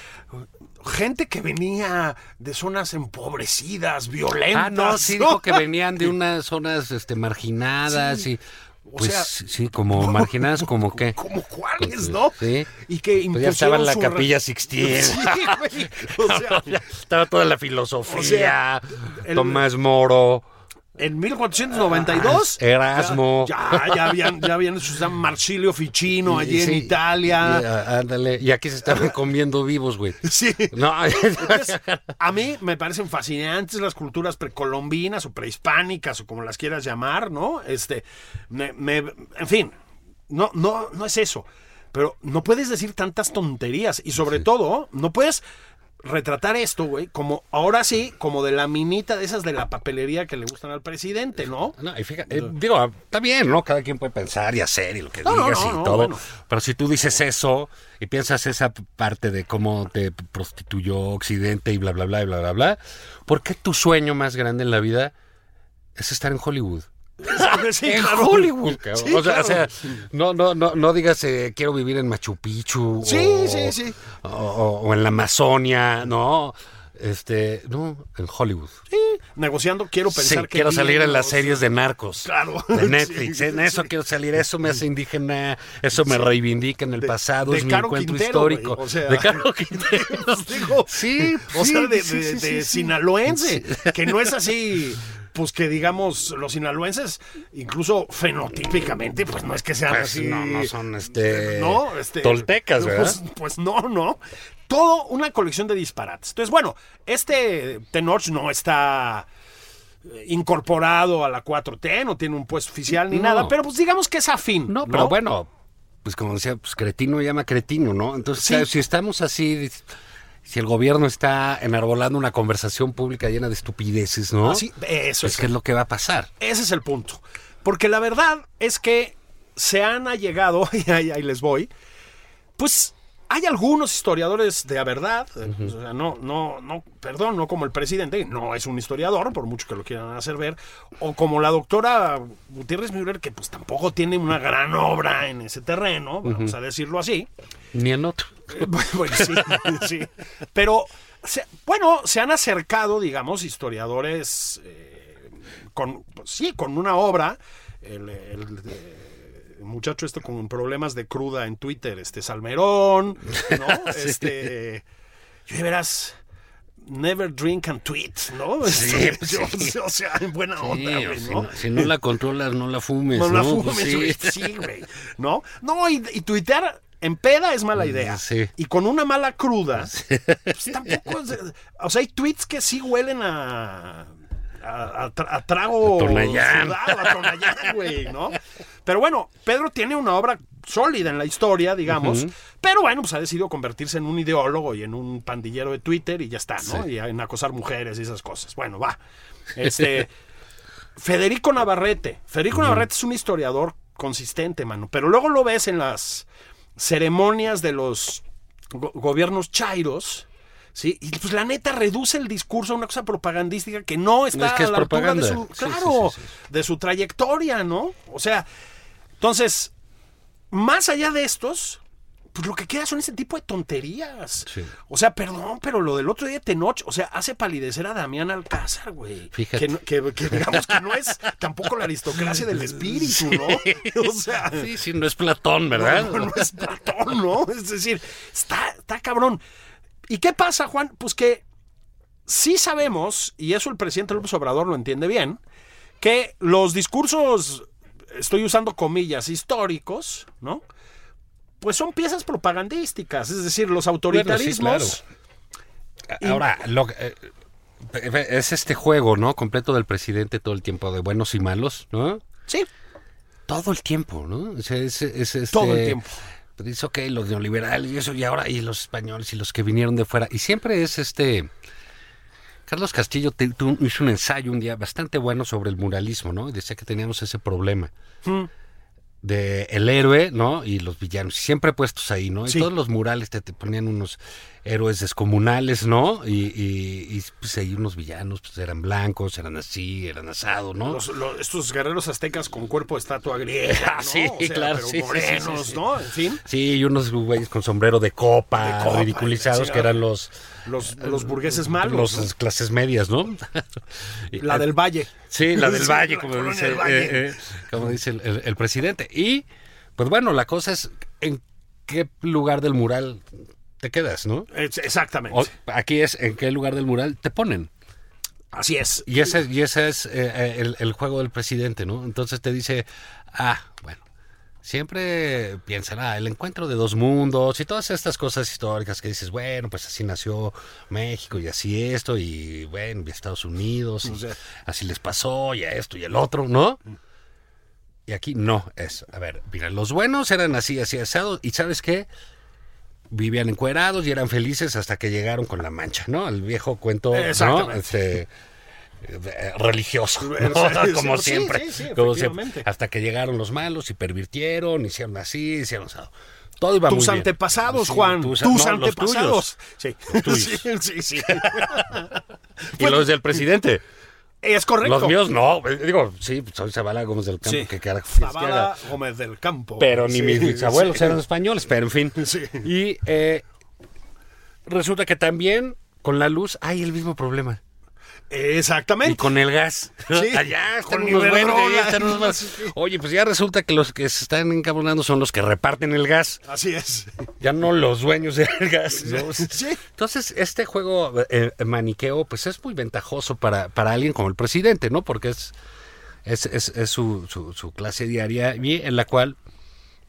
Speaker 2: gente que venía de zonas empobrecidas, violentas.
Speaker 3: Ah, no, sí dijo que venían de unas zonas este, marginadas y... Pues
Speaker 2: sea-
Speaker 3: sí, como marginadas, como qué.
Speaker 2: Como cuáles,
Speaker 3: Pues,
Speaker 2: ¿no?
Speaker 3: sí.
Speaker 2: Y que
Speaker 3: Pues ya estaba en la
Speaker 2: impusieron su re-
Speaker 3: capilla Sixtina.
Speaker 2: Sí, güey, o sea,
Speaker 3: Ya estaba toda la filosofía.
Speaker 2: el-
Speaker 3: Tomás Moro.
Speaker 2: en 1492.
Speaker 3: Ah, Erasmo.
Speaker 2: Ya, ya habían, ya habían hecho San Marsilio Ficino allí en
Speaker 3: Sí.
Speaker 2: Italia.
Speaker 3: Y, ah, ándale. Y aquí se estaban comiendo vivos, güey.
Speaker 2: Sí.
Speaker 3: No,
Speaker 2: Entonces, a mí me parecen fascinantes las culturas precolombinas o prehispánicas o como las quieras llamar, ¿no? Este, me- me- en fin, no, no, no es eso. Pero no puedes decir tantas tonterías y sobre todo no puedes retratar esto, güey, como ahora sí, como de la minita de esas de la papelería que le gustan al presidente, ¿no?
Speaker 3: No, y fíjate, eh, digo, ah, está bien, ¿no? Cada quien puede pensar y hacer y lo que
Speaker 2: No, no,
Speaker 3: digas
Speaker 2: no,
Speaker 3: y
Speaker 2: no,
Speaker 3: todo.
Speaker 2: bueno.
Speaker 3: Pero si tú dices eso y piensas esa parte de cómo te prostituyó Occidente y bla, bla, bla, y bla, bla, bla, ¿por qué tu sueño más grande en la vida es estar en Hollywood?
Speaker 2: Sí,
Speaker 3: en
Speaker 2: claro.
Speaker 3: Hollywood, cabrón.
Speaker 2: Sí,
Speaker 3: o, sea,
Speaker 2: claro.
Speaker 3: o sea, no, no, no, no digas eh, quiero vivir en Machu Picchu.
Speaker 2: Sí,
Speaker 3: o-
Speaker 2: sí, sí.
Speaker 3: O, o- o en la Amazonia, no. Este, no, en Hollywood.
Speaker 2: Sí, negociando quiero pensar
Speaker 3: Sí,
Speaker 2: que
Speaker 3: quiero salir en las
Speaker 2: Dios-
Speaker 3: series de narcos.
Speaker 2: Claro.
Speaker 3: De Netflix.
Speaker 2: Sí,
Speaker 3: en eso
Speaker 2: sí.
Speaker 3: quiero salir. Eso me hace indígena. Eso me reivindica en el pasado.
Speaker 2: de
Speaker 3: es mi
Speaker 2: Caro
Speaker 3: encuentro
Speaker 2: Quintero,
Speaker 3: histórico.
Speaker 2: güey, o sea.
Speaker 3: de Caro Quintero.
Speaker 2: Digo,
Speaker 3: Sí,
Speaker 2: O
Speaker 3: sí,
Speaker 2: sea, de,
Speaker 3: sí,
Speaker 2: de-
Speaker 3: sí, sí,
Speaker 2: de
Speaker 3: sí.
Speaker 2: sinaloense, que no es así. Pues que digamos, los sinaloenses, incluso fenotípicamente, pues no es que sean
Speaker 3: Pues
Speaker 2: así.
Speaker 3: no, no son, este,
Speaker 2: ¿no? Este,
Speaker 3: toltecas, ¿verdad?
Speaker 2: Pues, pues no, no. Todo una colección de disparates. Entonces, bueno, este Tenoch no está eh, incorporado a la 4T, no tiene un puesto oficial ni
Speaker 3: No.
Speaker 2: nada, pero pues digamos que es afín.
Speaker 3: No, pero bueno, pues como decía, pues cretino llama cretino, ¿no? Entonces,
Speaker 2: Sí.
Speaker 3: si estamos así, si el gobierno está enarbolando una conversación pública llena de estupideces, ¿no? Pues,
Speaker 2: Así- eso
Speaker 3: es que es lo que va a pasar.
Speaker 2: Ese es el punto. Porque la verdad es que se han allegado, y ahí, ahí les voy, pues hay algunos historiadores de la verdad, eh, o sea, no, no, no, perdón, no como el presidente, no es un historiador, por mucho que lo quieran hacer ver, o como la doctora Gutiérrez Müller, que pues tampoco tiene una gran obra en ese terreno, vamos a decirlo así.
Speaker 3: Ni en otro.
Speaker 2: Eh, bu- Bueno, sí, sí. Pero, se- bueno, se han acercado, digamos, historiadores eh, con, pues, sí, con una obra. El, el- eh, muchacho este con problemas de cruda en Twitter, este Salmerón, ¿no? Este, yo de veras... Never drink and tweet, ¿no?
Speaker 3: Sí,
Speaker 2: Este, yo- O sea, en buena onda,
Speaker 3: Sí,
Speaker 2: güey,
Speaker 3: si,
Speaker 2: ¿no?
Speaker 3: no, si no la controlas, no la fumes.
Speaker 2: No, la
Speaker 3: ¿no?
Speaker 2: fumes,
Speaker 3: Pues sí.
Speaker 2: güey. Sí, güey. ¿No? No, y, y tuitear en peda es mala idea.
Speaker 3: Mm, Sí.
Speaker 2: Y con una mala cruda, pues tampoco. es- o sea, hay tweets que sí huelen a. A, a tra- a trago
Speaker 3: A Tonayán.
Speaker 2: sudado, a Tonayán, güey, ¿no? Pero bueno, Pedro tiene una obra sólida en la historia, digamos, pero bueno, pues ha decidido convertirse en un ideólogo y en un pandillero de Twitter y ya está, ¿no? Y en acosar mujeres y esas cosas. Bueno, va. Este, Federico Navarrete. Federico Navarrete es un historiador consistente, mano. Pero luego lo ves en las ceremonias de los go- gobiernos chairos. ¿Sí? Y pues la neta reduce el discurso a una cosa propagandística que no está
Speaker 3: Es que es
Speaker 2: a la altura de
Speaker 3: propaganda.
Speaker 2: su,
Speaker 3: Sí, sí,
Speaker 2: claro,
Speaker 3: sí, sí,
Speaker 2: de su trayectoria, ¿no? O sea, entonces, más allá de estos, pues lo que queda son ese tipo de tonterías.
Speaker 3: Sí.
Speaker 2: O sea, perdón, pero lo del otro día de Tenoch, o sea, hace palidecer a Damián Alcázar, güey.
Speaker 3: Fíjate.
Speaker 2: Que, no- que- que digamos que no es tampoco la aristocracia del espíritu, ¿no? O sea,
Speaker 3: Sí, sí, no es Platón, ¿verdad?
Speaker 2: no, no es Platón, ¿no? Es decir, está, está cabrón. ¿Y qué pasa, Juan? Pues que sí sabemos, y eso el presidente López Obrador lo entiende bien, que los discursos, estoy usando comillas, históricos, ¿no? Pues son piezas propagandísticas, es decir, los autoritarismos.
Speaker 3: Bueno, sí, Ahora, lo que- eh, eh, es este juego, ¿no? Completo del presidente todo el tiempo, de buenos y malos, ¿no?
Speaker 2: Sí,
Speaker 3: Todo el tiempo, ¿no? O sea, es, es, este-
Speaker 2: Todo el tiempo.
Speaker 3: Pero dice, ok, los neoliberales y eso, y ahora, y los españoles y los que vinieron de fuera. Y siempre es este. Carlos Castillo te- tu- hizo un ensayo un día bastante bueno sobre el muralismo, ¿no? Y decía que teníamos ese problema.
Speaker 2: Hmm.
Speaker 3: De el héroe, ¿no? Y los villanos, siempre puestos ahí, ¿no? Y
Speaker 2: Sí.
Speaker 3: todos los murales te, te ponían unos héroes descomunales, ¿no? Y, y- y, pues ahí unos villanos, pues eran blancos, eran así, eran asados, ¿no?
Speaker 2: los- los- estos guerreros aztecas con cuerpo de estatua griega. ¿no?
Speaker 3: Sí,
Speaker 2: O sea,
Speaker 3: claro,
Speaker 2: pero
Speaker 3: sí, sí, sí,
Speaker 2: morenos,
Speaker 3: sí, sí.
Speaker 2: ¿no? En fin,
Speaker 3: Sí, y unos güeyes con sombrero de copa,
Speaker 2: De copa,
Speaker 3: ridiculizados,
Speaker 2: sí,
Speaker 3: que eran los,
Speaker 2: los, los burgueses
Speaker 3: Eh, los
Speaker 2: malos. ¿no?
Speaker 3: las clases medias, ¿no?
Speaker 2: La
Speaker 3: eh,
Speaker 2: del Valle.
Speaker 3: Sí, la del
Speaker 2: Sí,
Speaker 3: Valle,
Speaker 2: la
Speaker 3: como
Speaker 2: colonia
Speaker 3: dice,
Speaker 2: del Valle.
Speaker 3: eh, eh, como dice el, el- el presidente. Y, pues bueno, la cosa es en qué lugar del mural te quedas, ¿no?
Speaker 2: Ex- Exactamente.
Speaker 3: O- aquí es en qué lugar del mural te ponen.
Speaker 2: Así es.
Speaker 3: Y ese, y ese es eh, eh, el, el juego del presidente, ¿no? Entonces te dice, ah, bueno, siempre pensará el encuentro de dos mundos y todas estas cosas históricas que dices, bueno, pues así nació México y así esto, y bueno, y Estados Unidos, y así les pasó, y a esto y el otro, ¿no? Y aquí no es. A ver, mira, los buenos eran así, así asados, y ¿sabes qué? Vivían encuerados y eran felices hasta que llegaron con la mancha, ¿no? El viejo cuento, ¿no?
Speaker 2: Exactamente.
Speaker 3: Este, eh, religioso, ¿no?
Speaker 2: Sí,
Speaker 3: como
Speaker 2: sí,
Speaker 3: siempre,
Speaker 2: sí, sí,
Speaker 3: como
Speaker 2: efectivamente.
Speaker 3: siempre. hasta que llegaron los malos y pervirtieron, hicieron así, hicieron asado. Todo iba muy
Speaker 2: Tus
Speaker 3: bien.
Speaker 2: antepasados,
Speaker 3: Sí,
Speaker 2: Juan. Tus,
Speaker 3: tus- no, los
Speaker 2: antepasados. Sí.
Speaker 3: tuyos.
Speaker 2: sí, sí, sí.
Speaker 3: tuyos. Y los del presidente.
Speaker 2: Es correcto.
Speaker 3: Los míos no. Eh, Digo, sí, pues, soy Zavala Gómez del Campo,
Speaker 2: Sí.
Speaker 3: que carajo quieres que haga?
Speaker 2: Zavala Gómez del Campo.
Speaker 3: Pero ni
Speaker 2: Sí,
Speaker 3: mis bisabuelos eh.
Speaker 2: sí.
Speaker 3: eran españoles, pero en fin.
Speaker 2: Sí.
Speaker 3: Y eh, resulta que también con la luz hay el mismo problema. Y
Speaker 2: Exactamente.
Speaker 3: con el gas.
Speaker 2: Sí,
Speaker 3: Allá
Speaker 2: con
Speaker 3: están unos
Speaker 2: Iberdrola.
Speaker 3: buenos, allá están unos malos. Oye, pues ya resulta que los que se están encabronando son los que reparten el gas.
Speaker 2: Así es.
Speaker 3: Ya no los dueños del gas. ¿no?
Speaker 2: Sí.
Speaker 3: Entonces, este juego eh, maniqueo, pues es muy ventajoso para, para alguien como el presidente, ¿no? Porque es, es, es- es su, su- su clase diaria y en la cual,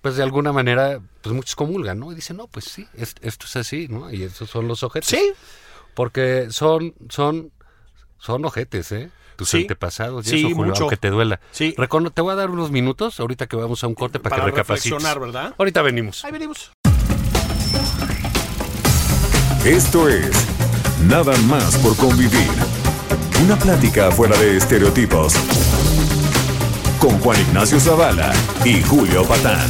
Speaker 3: pues de alguna manera, pues muchos comulgan, ¿no? Y dicen, no, pues sí, es- esto es así, ¿no? Y estos son los objetos.
Speaker 2: Sí.
Speaker 3: Porque son, son, son ojetes, ¿eh? Tus
Speaker 2: Sí.
Speaker 3: antepasados, y
Speaker 2: Sí,
Speaker 3: eso, Julio,
Speaker 2: mucho.
Speaker 3: aunque te duela.
Speaker 2: Sí.
Speaker 3: Recono- te voy a dar unos minutos ahorita que vamos a un corte para,
Speaker 2: Para
Speaker 3: que recapacites.
Speaker 2: reflexionar, ¿verdad?
Speaker 3: Ahorita venimos.
Speaker 2: Ahí venimos.
Speaker 1: Esto es Nada más por convivir. Una plática fuera de estereotipos. Con Juan Ignacio Zavala y Julio Patán.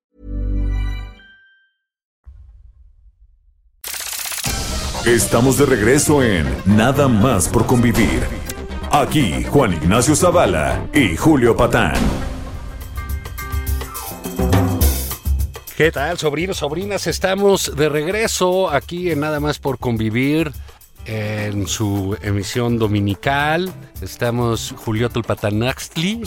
Speaker 1: Estamos de regreso en Nada más por convivir. Aquí Juan Ignacio Zavala y Julio Patán.
Speaker 3: ¿Qué tal, sobrinos, sobrinas? Estamos de regreso aquí en Nada más por convivir en su emisión dominical. Estamos Julio Tulpatanaxtli.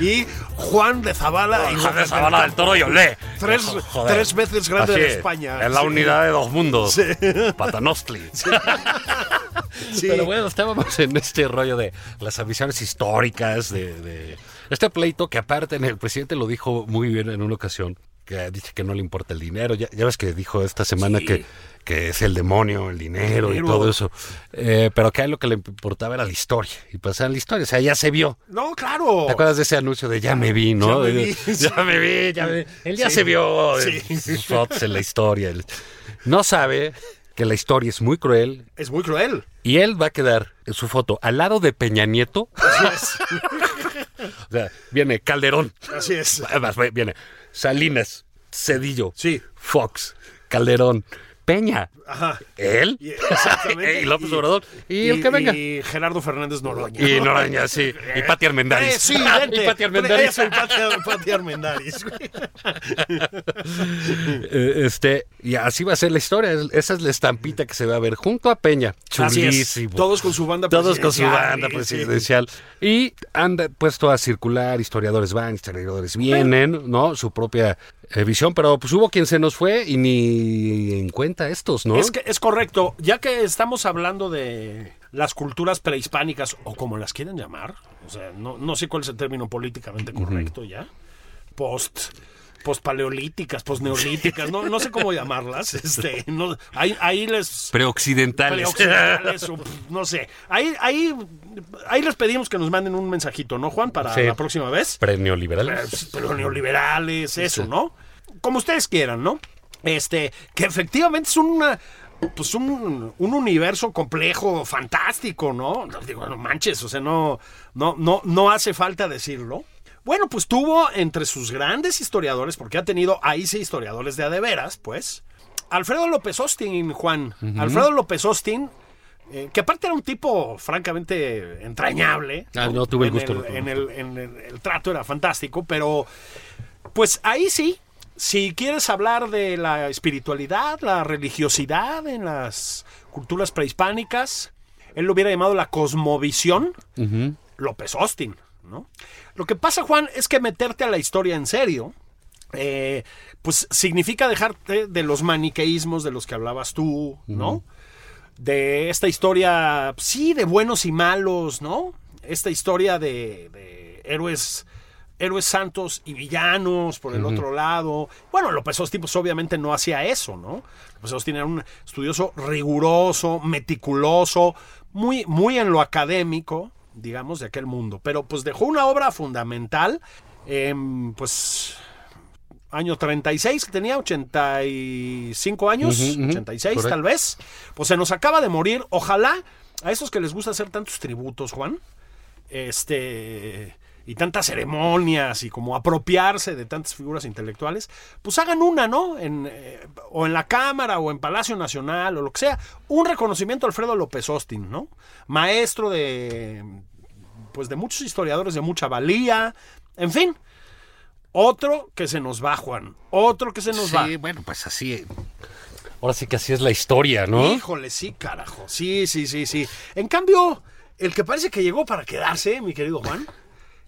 Speaker 2: Y Juan de Zavala. y
Speaker 3: Hijo de Zavala del Toro y Olé.
Speaker 2: Tres-
Speaker 3: Joder.
Speaker 2: tres veces grande
Speaker 3: Así
Speaker 2: de
Speaker 3: es,
Speaker 2: España.
Speaker 3: Es la
Speaker 2: Sí.
Speaker 3: unidad de dos mundos. Patanostli.
Speaker 2: Sí.
Speaker 3: Pero bueno, estábamos en este rollo de las ambiciones históricas, de, de este pleito que aparte en el presidente lo dijo muy bien en una ocasión, que dice que no le importa el dinero, ya, ya ves que dijo esta semana que, que es el demonio, el dinero,
Speaker 2: Dinero.
Speaker 3: y todo eso, Eh, pero que a él lo que le importaba era la historia, y pasar la historia, o sea, ya se vio.
Speaker 2: No, claro.
Speaker 3: ¿Te acuerdas de ese anuncio de ya me vi, no?
Speaker 2: Ya me vi.
Speaker 3: ya me vi, ya me vi. Él ya se vio
Speaker 2: Sí.
Speaker 3: en sus fotos en la historia. No sabe que la historia es muy cruel,
Speaker 2: Es muy cruel.
Speaker 3: y él va a quedar en su foto al lado de Peña Nieto. o sea, viene Calderón.
Speaker 2: Así es.
Speaker 3: Además, ve- Viene Salinas, Cedillo,
Speaker 2: Sí.
Speaker 3: Fox, Calderón, Peña.
Speaker 2: Ajá.
Speaker 3: Él.
Speaker 2: Y- exactamente.
Speaker 3: y López Obrador. Y, el que venga. Y,
Speaker 2: Y Gerardo Fernández Noroña.
Speaker 3: Noroña, sí. Y Pati Armendáriz.
Speaker 2: Eh, sí, vente.
Speaker 3: y Pati Armendáriz.
Speaker 2: Eso, y Pati- Pati Armendáriz.
Speaker 3: Eh, este, y así va a ser la historia. Es- Esa es la estampita que se va a ver junto a Peña.
Speaker 2: Así es.
Speaker 3: Chulísimo.
Speaker 2: Todos con su banda
Speaker 3: Todos con su
Speaker 2: presidencial,
Speaker 3: banda
Speaker 2: sí,
Speaker 3: presidencial. Y han de- puesto a circular, historiadores van, historiadores vienen, ¿no? Su propia eh, visión, pero pues hubo quien se nos fue y ni en cuenta estos, ¿no?
Speaker 2: Es, que, es correcto. Ya que estamos hablando de las culturas prehispánicas, o como las quieren llamar, o sea, no, no sé cuál es el término políticamente correcto ya, post postpaleolíticas, postneolíticas, no, no sé cómo llamarlas, este, no, ahí, ahí les
Speaker 3: Preoccidentales.
Speaker 2: preoccidentales, o, pff, no sé, ahí, ahí, ahí les pedimos que nos manden un mensajito, ¿no, Juan? Para
Speaker 3: Sí.
Speaker 2: la próxima vez.
Speaker 3: Preneoliberales.
Speaker 2: Eh, Pero neoliberales, eso, ¿no? Como ustedes quieran, ¿no? Este, que efectivamente es una. Pues un, un universo complejo, fantástico, ¿no? No, Digo, no manches, o sea, no, no, no, no hace falta decirlo. Bueno, pues tuvo entre sus grandes historiadores, porque ha tenido ahí sí historiadores de a de veras, pues. Alfredo López Austin, Juan. Alfredo López Austin, eh, que aparte era un tipo francamente entrañable.
Speaker 3: Ah, no tuve
Speaker 2: En
Speaker 3: el gusto, no tuve
Speaker 2: en el, en el- el trato era fantástico, pero pues ahí sí, si quieres hablar de la espiritualidad, la religiosidad en las culturas prehispánicas, él lo hubiera llamado la cosmovisión López Austin, ¿no? Lo que pasa, Juan, es que meterte a la historia en serio, eh, pues significa dejarte de los maniqueísmos de los que hablabas tú, ¿no? de esta historia, sí, de buenos y malos, ¿no? Esta historia de, de héroes, héroes santos y villanos por el otro lado. Bueno, López Austin pues, obviamente no hacía eso, ¿no? López Austin era un estudioso riguroso, meticuloso, muy, muy en lo académico, digamos, de aquel mundo. Pero pues dejó una obra fundamental, em, pues año 36, que tenía 85 años, 86
Speaker 3: correcto.
Speaker 2: tal vez. Pues se nos acaba de morir. Ojalá a esos que les gusta hacer tantos tributos, Juan, este y tantas ceremonias y como apropiarse de tantas figuras intelectuales, pues hagan una, ¿no? En, eh, o en la Cámara o en Palacio Nacional o lo que sea. Un reconocimiento a Alfredo López Austin, ¿no? Maestro de, pues de muchos historiadores de mucha valía, en fin. Otro que se nos va, Juan. Otro que se nos va.
Speaker 3: Sí, bueno, pues así. eh. Ahora sí que así es la historia, ¿no?
Speaker 2: Híjole, sí, carajo. Sí, sí, sí, sí. En cambio, el que parece que llegó para quedarse, mi querido Juan,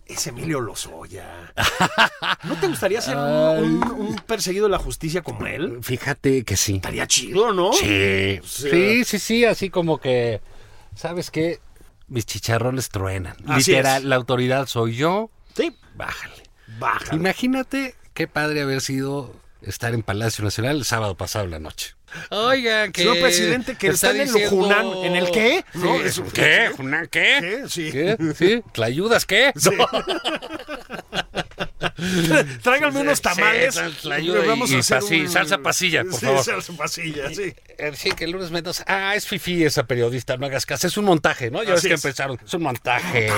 Speaker 2: es Emilio Lozoya. ¿No te gustaría ser un, un- un perseguido de la justicia como él?
Speaker 3: Fíjate que sí.
Speaker 2: Estaría chido, ¿no?
Speaker 3: Oh. Sí, sí, sí, sí, así como que, ¿sabes qué? Mis chicharrones truenan.
Speaker 2: Así
Speaker 3: Literal,
Speaker 2: es.
Speaker 3: la autoridad soy yo,
Speaker 2: Sí.
Speaker 3: bájale.
Speaker 2: Baja.
Speaker 3: Imagínate qué padre haber sido estar en Palacio Nacional el sábado pasado en la noche. Oiga, que...
Speaker 2: Señor presidente, que está en el Junán. ¿En el qué?
Speaker 3: Sí,
Speaker 2: No, es-
Speaker 3: ¿Qué? ¿Junán qué?
Speaker 2: Sí, sí.
Speaker 3: ¿Qué? ¿Sí? ¿La ayudas qué? No.
Speaker 2: Tráiganme unos
Speaker 3: Sí,
Speaker 2: tamales.
Speaker 3: sal- tlayuda
Speaker 2: y vamos
Speaker 3: y-
Speaker 2: a
Speaker 3: y
Speaker 2: hacer
Speaker 3: pasilla, salsa pasilla, por
Speaker 2: Sí,
Speaker 3: favor.
Speaker 2: salsa pasilla, sí.
Speaker 3: Eh, Sí, que el lunes menos. Ah, es Fifi esa periodista, no hagas caso. Es un montaje, ¿no? Ya ves
Speaker 2: Así
Speaker 3: que
Speaker 2: es.
Speaker 3: empezaron. Es un montaje.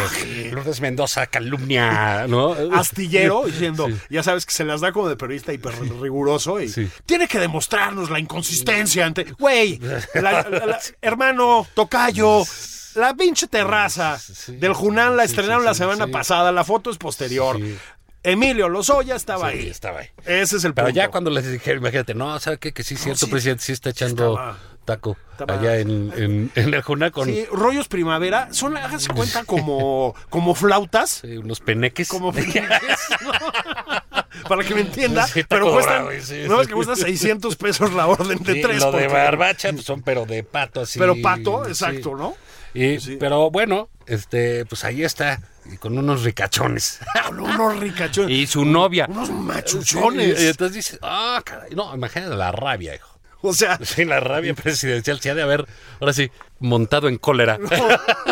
Speaker 3: Lourdes Mendoza, calumnia, ¿no?
Speaker 2: Astillero, diciendo, ya sabes que se las da como de periodista hiper riguroso y
Speaker 3: Sí.
Speaker 2: tiene que demostrarnos la inconsistencia ante. Güey, la- la- la- hermano, tocayo. La pinche terraza
Speaker 3: Sí.
Speaker 2: del Junán la
Speaker 3: Sí, sí,
Speaker 2: estrenaron
Speaker 3: sí,
Speaker 2: la semana
Speaker 3: sí.
Speaker 2: pasada, la foto es posterior.
Speaker 3: Sí.
Speaker 2: Emilio Lozoya estaba
Speaker 3: Sí,
Speaker 2: ahí.
Speaker 3: estaba ahí.
Speaker 2: Ese es el
Speaker 3: Pero
Speaker 2: punto.
Speaker 3: ya cuando les dijeron, imagínate, no, ¿sabes qué? Que sí, cierto,
Speaker 2: sí.
Speaker 3: presidente, sí está echando
Speaker 2: estaba-
Speaker 3: taco
Speaker 2: estaba-
Speaker 3: allá en, en, en el Juná con
Speaker 2: Sí, rollos primavera, son, hágase cuenta, como, como flautas.
Speaker 3: eh, unos peneques.
Speaker 2: como frijoles, ¿no? Para que me entienda,
Speaker 3: Sí, está
Speaker 2: pero cuestan,
Speaker 3: cobrado, güey, sí,
Speaker 2: no
Speaker 3: sí.
Speaker 2: es que cuesta 600 pesos la orden de
Speaker 3: Sí,
Speaker 2: tres.
Speaker 3: lo de
Speaker 2: porque-
Speaker 3: barbacha, pues son pero de pato así.
Speaker 2: Pero pato,
Speaker 3: sí.
Speaker 2: exacto, ¿no?
Speaker 3: Y, Pero bueno, este, pues ahí está, y con unos ricachones.
Speaker 2: Con unos ricachones.
Speaker 3: y su novia.
Speaker 2: Unos machuchones.
Speaker 3: Sí, y entonces dices, ah, caray. No, imagínate la rabia, hijo.
Speaker 2: o sea,
Speaker 3: Sí, la rabia presidencial se ha de haber, ahora sí, montado en cólera.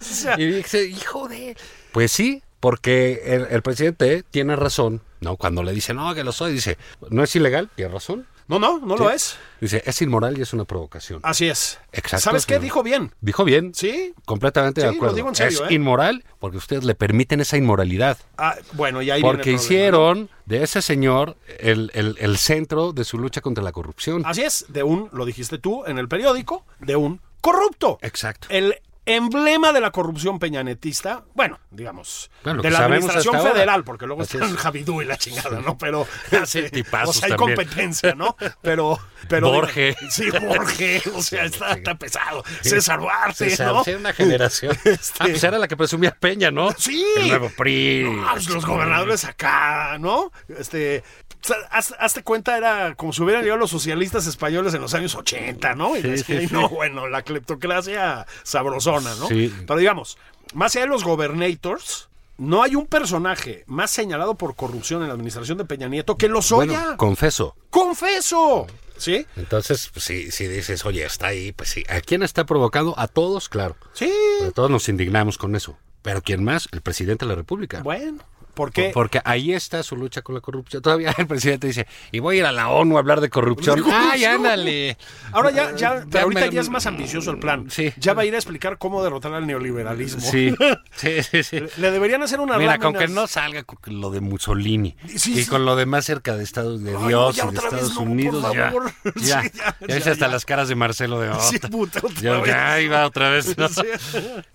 Speaker 2: sea-
Speaker 3: y dice, hijo de... Pues sí, porque el, el presidente tiene razón, ¿no? Cuando le dice, no, que lo soy, dice, no es ilegal, tiene razón.
Speaker 2: no, no, no lo es.
Speaker 3: Dice, es inmoral y es una provocación.
Speaker 2: Así es.
Speaker 3: Exacto,
Speaker 2: Ah, ¿Sabes qué?
Speaker 3: señor.
Speaker 2: Dijo bien.
Speaker 3: Dijo bien.
Speaker 2: Sí.
Speaker 3: Completamente de
Speaker 2: Sí, lo
Speaker 3: acuerdo.
Speaker 2: digo en serio,
Speaker 3: es
Speaker 2: ¿eh?
Speaker 3: inmoral porque ustedes le permiten esa inmoralidad.
Speaker 2: Ah, bueno, y ahí viene el
Speaker 3: Porque
Speaker 2: problema, ¿no?
Speaker 3: hicieron de ese señor el, el- el centro de su lucha contra la corrupción.
Speaker 2: Así es, de un, lo dijiste tú en el periódico, de un corrupto.
Speaker 3: Exacto.
Speaker 2: El emblema de la corrupción peñanetista, bueno, digamos,
Speaker 3: Bueno, lo
Speaker 2: de
Speaker 3: que
Speaker 2: la
Speaker 3: sabemos
Speaker 2: administración
Speaker 3: hasta ahora.
Speaker 2: federal, porque luego
Speaker 3: Así
Speaker 2: está el
Speaker 3: es.
Speaker 2: Javidú y la chingada, ¿no? Pero este,
Speaker 3: Sí, tipazos
Speaker 2: o sea, hay
Speaker 3: también.
Speaker 2: competencia, ¿no? Pero, pero
Speaker 3: Borge.
Speaker 2: digo, sí, Borge, o sea, está, está pesado. César Duarte,
Speaker 3: César,
Speaker 2: ¿no? Este
Speaker 3: sí, era una generación. Ah, pues era la que presumía Peña, ¿no?
Speaker 2: Sí.
Speaker 3: El nuevo PRI.
Speaker 2: Ah, pues los gobernadores acá, ¿no? Este, o sea, haz- hazte cuenta, era como si hubieran llegado los socialistas españoles en los años 80, ¿no? Y, la esquina, y no, bueno, la cleptocracia sabrosona, ¿no?
Speaker 3: Sí.
Speaker 2: Pero digamos, más allá de los gobernators, no hay un personaje más señalado por corrupción en la administración de Peña Nieto que los
Speaker 3: Bueno,
Speaker 2: Oya.
Speaker 3: confeso.
Speaker 2: ¡Confeso! ¿Sí?
Speaker 3: Entonces, pues, sí, si dices, oye, está ahí, pues sí. ¿A quién está provocando? A todos, claro.
Speaker 2: Sí.
Speaker 3: Pero todos nos indignamos con eso. Pero ¿quién más? El presidente de la República.
Speaker 2: Bueno, porque...
Speaker 3: Porque ahí está su lucha con la corrupción. Todavía el presidente dice, y voy a ir a la ONU a hablar de corrupción. ¡Ay, ándale!
Speaker 2: Ahora ya, ya,
Speaker 3: Ya
Speaker 2: ahorita
Speaker 3: me-
Speaker 2: ya es más ambicioso el plan.
Speaker 3: Sí.
Speaker 2: Ya va a ir a explicar cómo derrotar al neoliberalismo.
Speaker 3: Sí, sí, sí. sí.
Speaker 2: Le- Le deberían hacer una
Speaker 3: Mira,
Speaker 2: lámina.
Speaker 3: con que no salga con lo de Mussolini
Speaker 2: Sí,
Speaker 3: y
Speaker 2: sí.
Speaker 3: con lo de más cerca de Estados de
Speaker 2: Ay,
Speaker 3: Dios
Speaker 2: ya
Speaker 3: y de
Speaker 2: otra vez
Speaker 3: Estados
Speaker 2: no, por
Speaker 3: Unidos, ya,
Speaker 2: favor. Sí, ya,
Speaker 3: ya, ya,
Speaker 2: ya,
Speaker 3: ves hasta
Speaker 2: ya.
Speaker 3: las caras de Marcelo de
Speaker 2: Sí,
Speaker 3: "Ota".
Speaker 2: puta, otra
Speaker 3: ya,
Speaker 2: vez.
Speaker 3: ya iba otra vez. ¿no?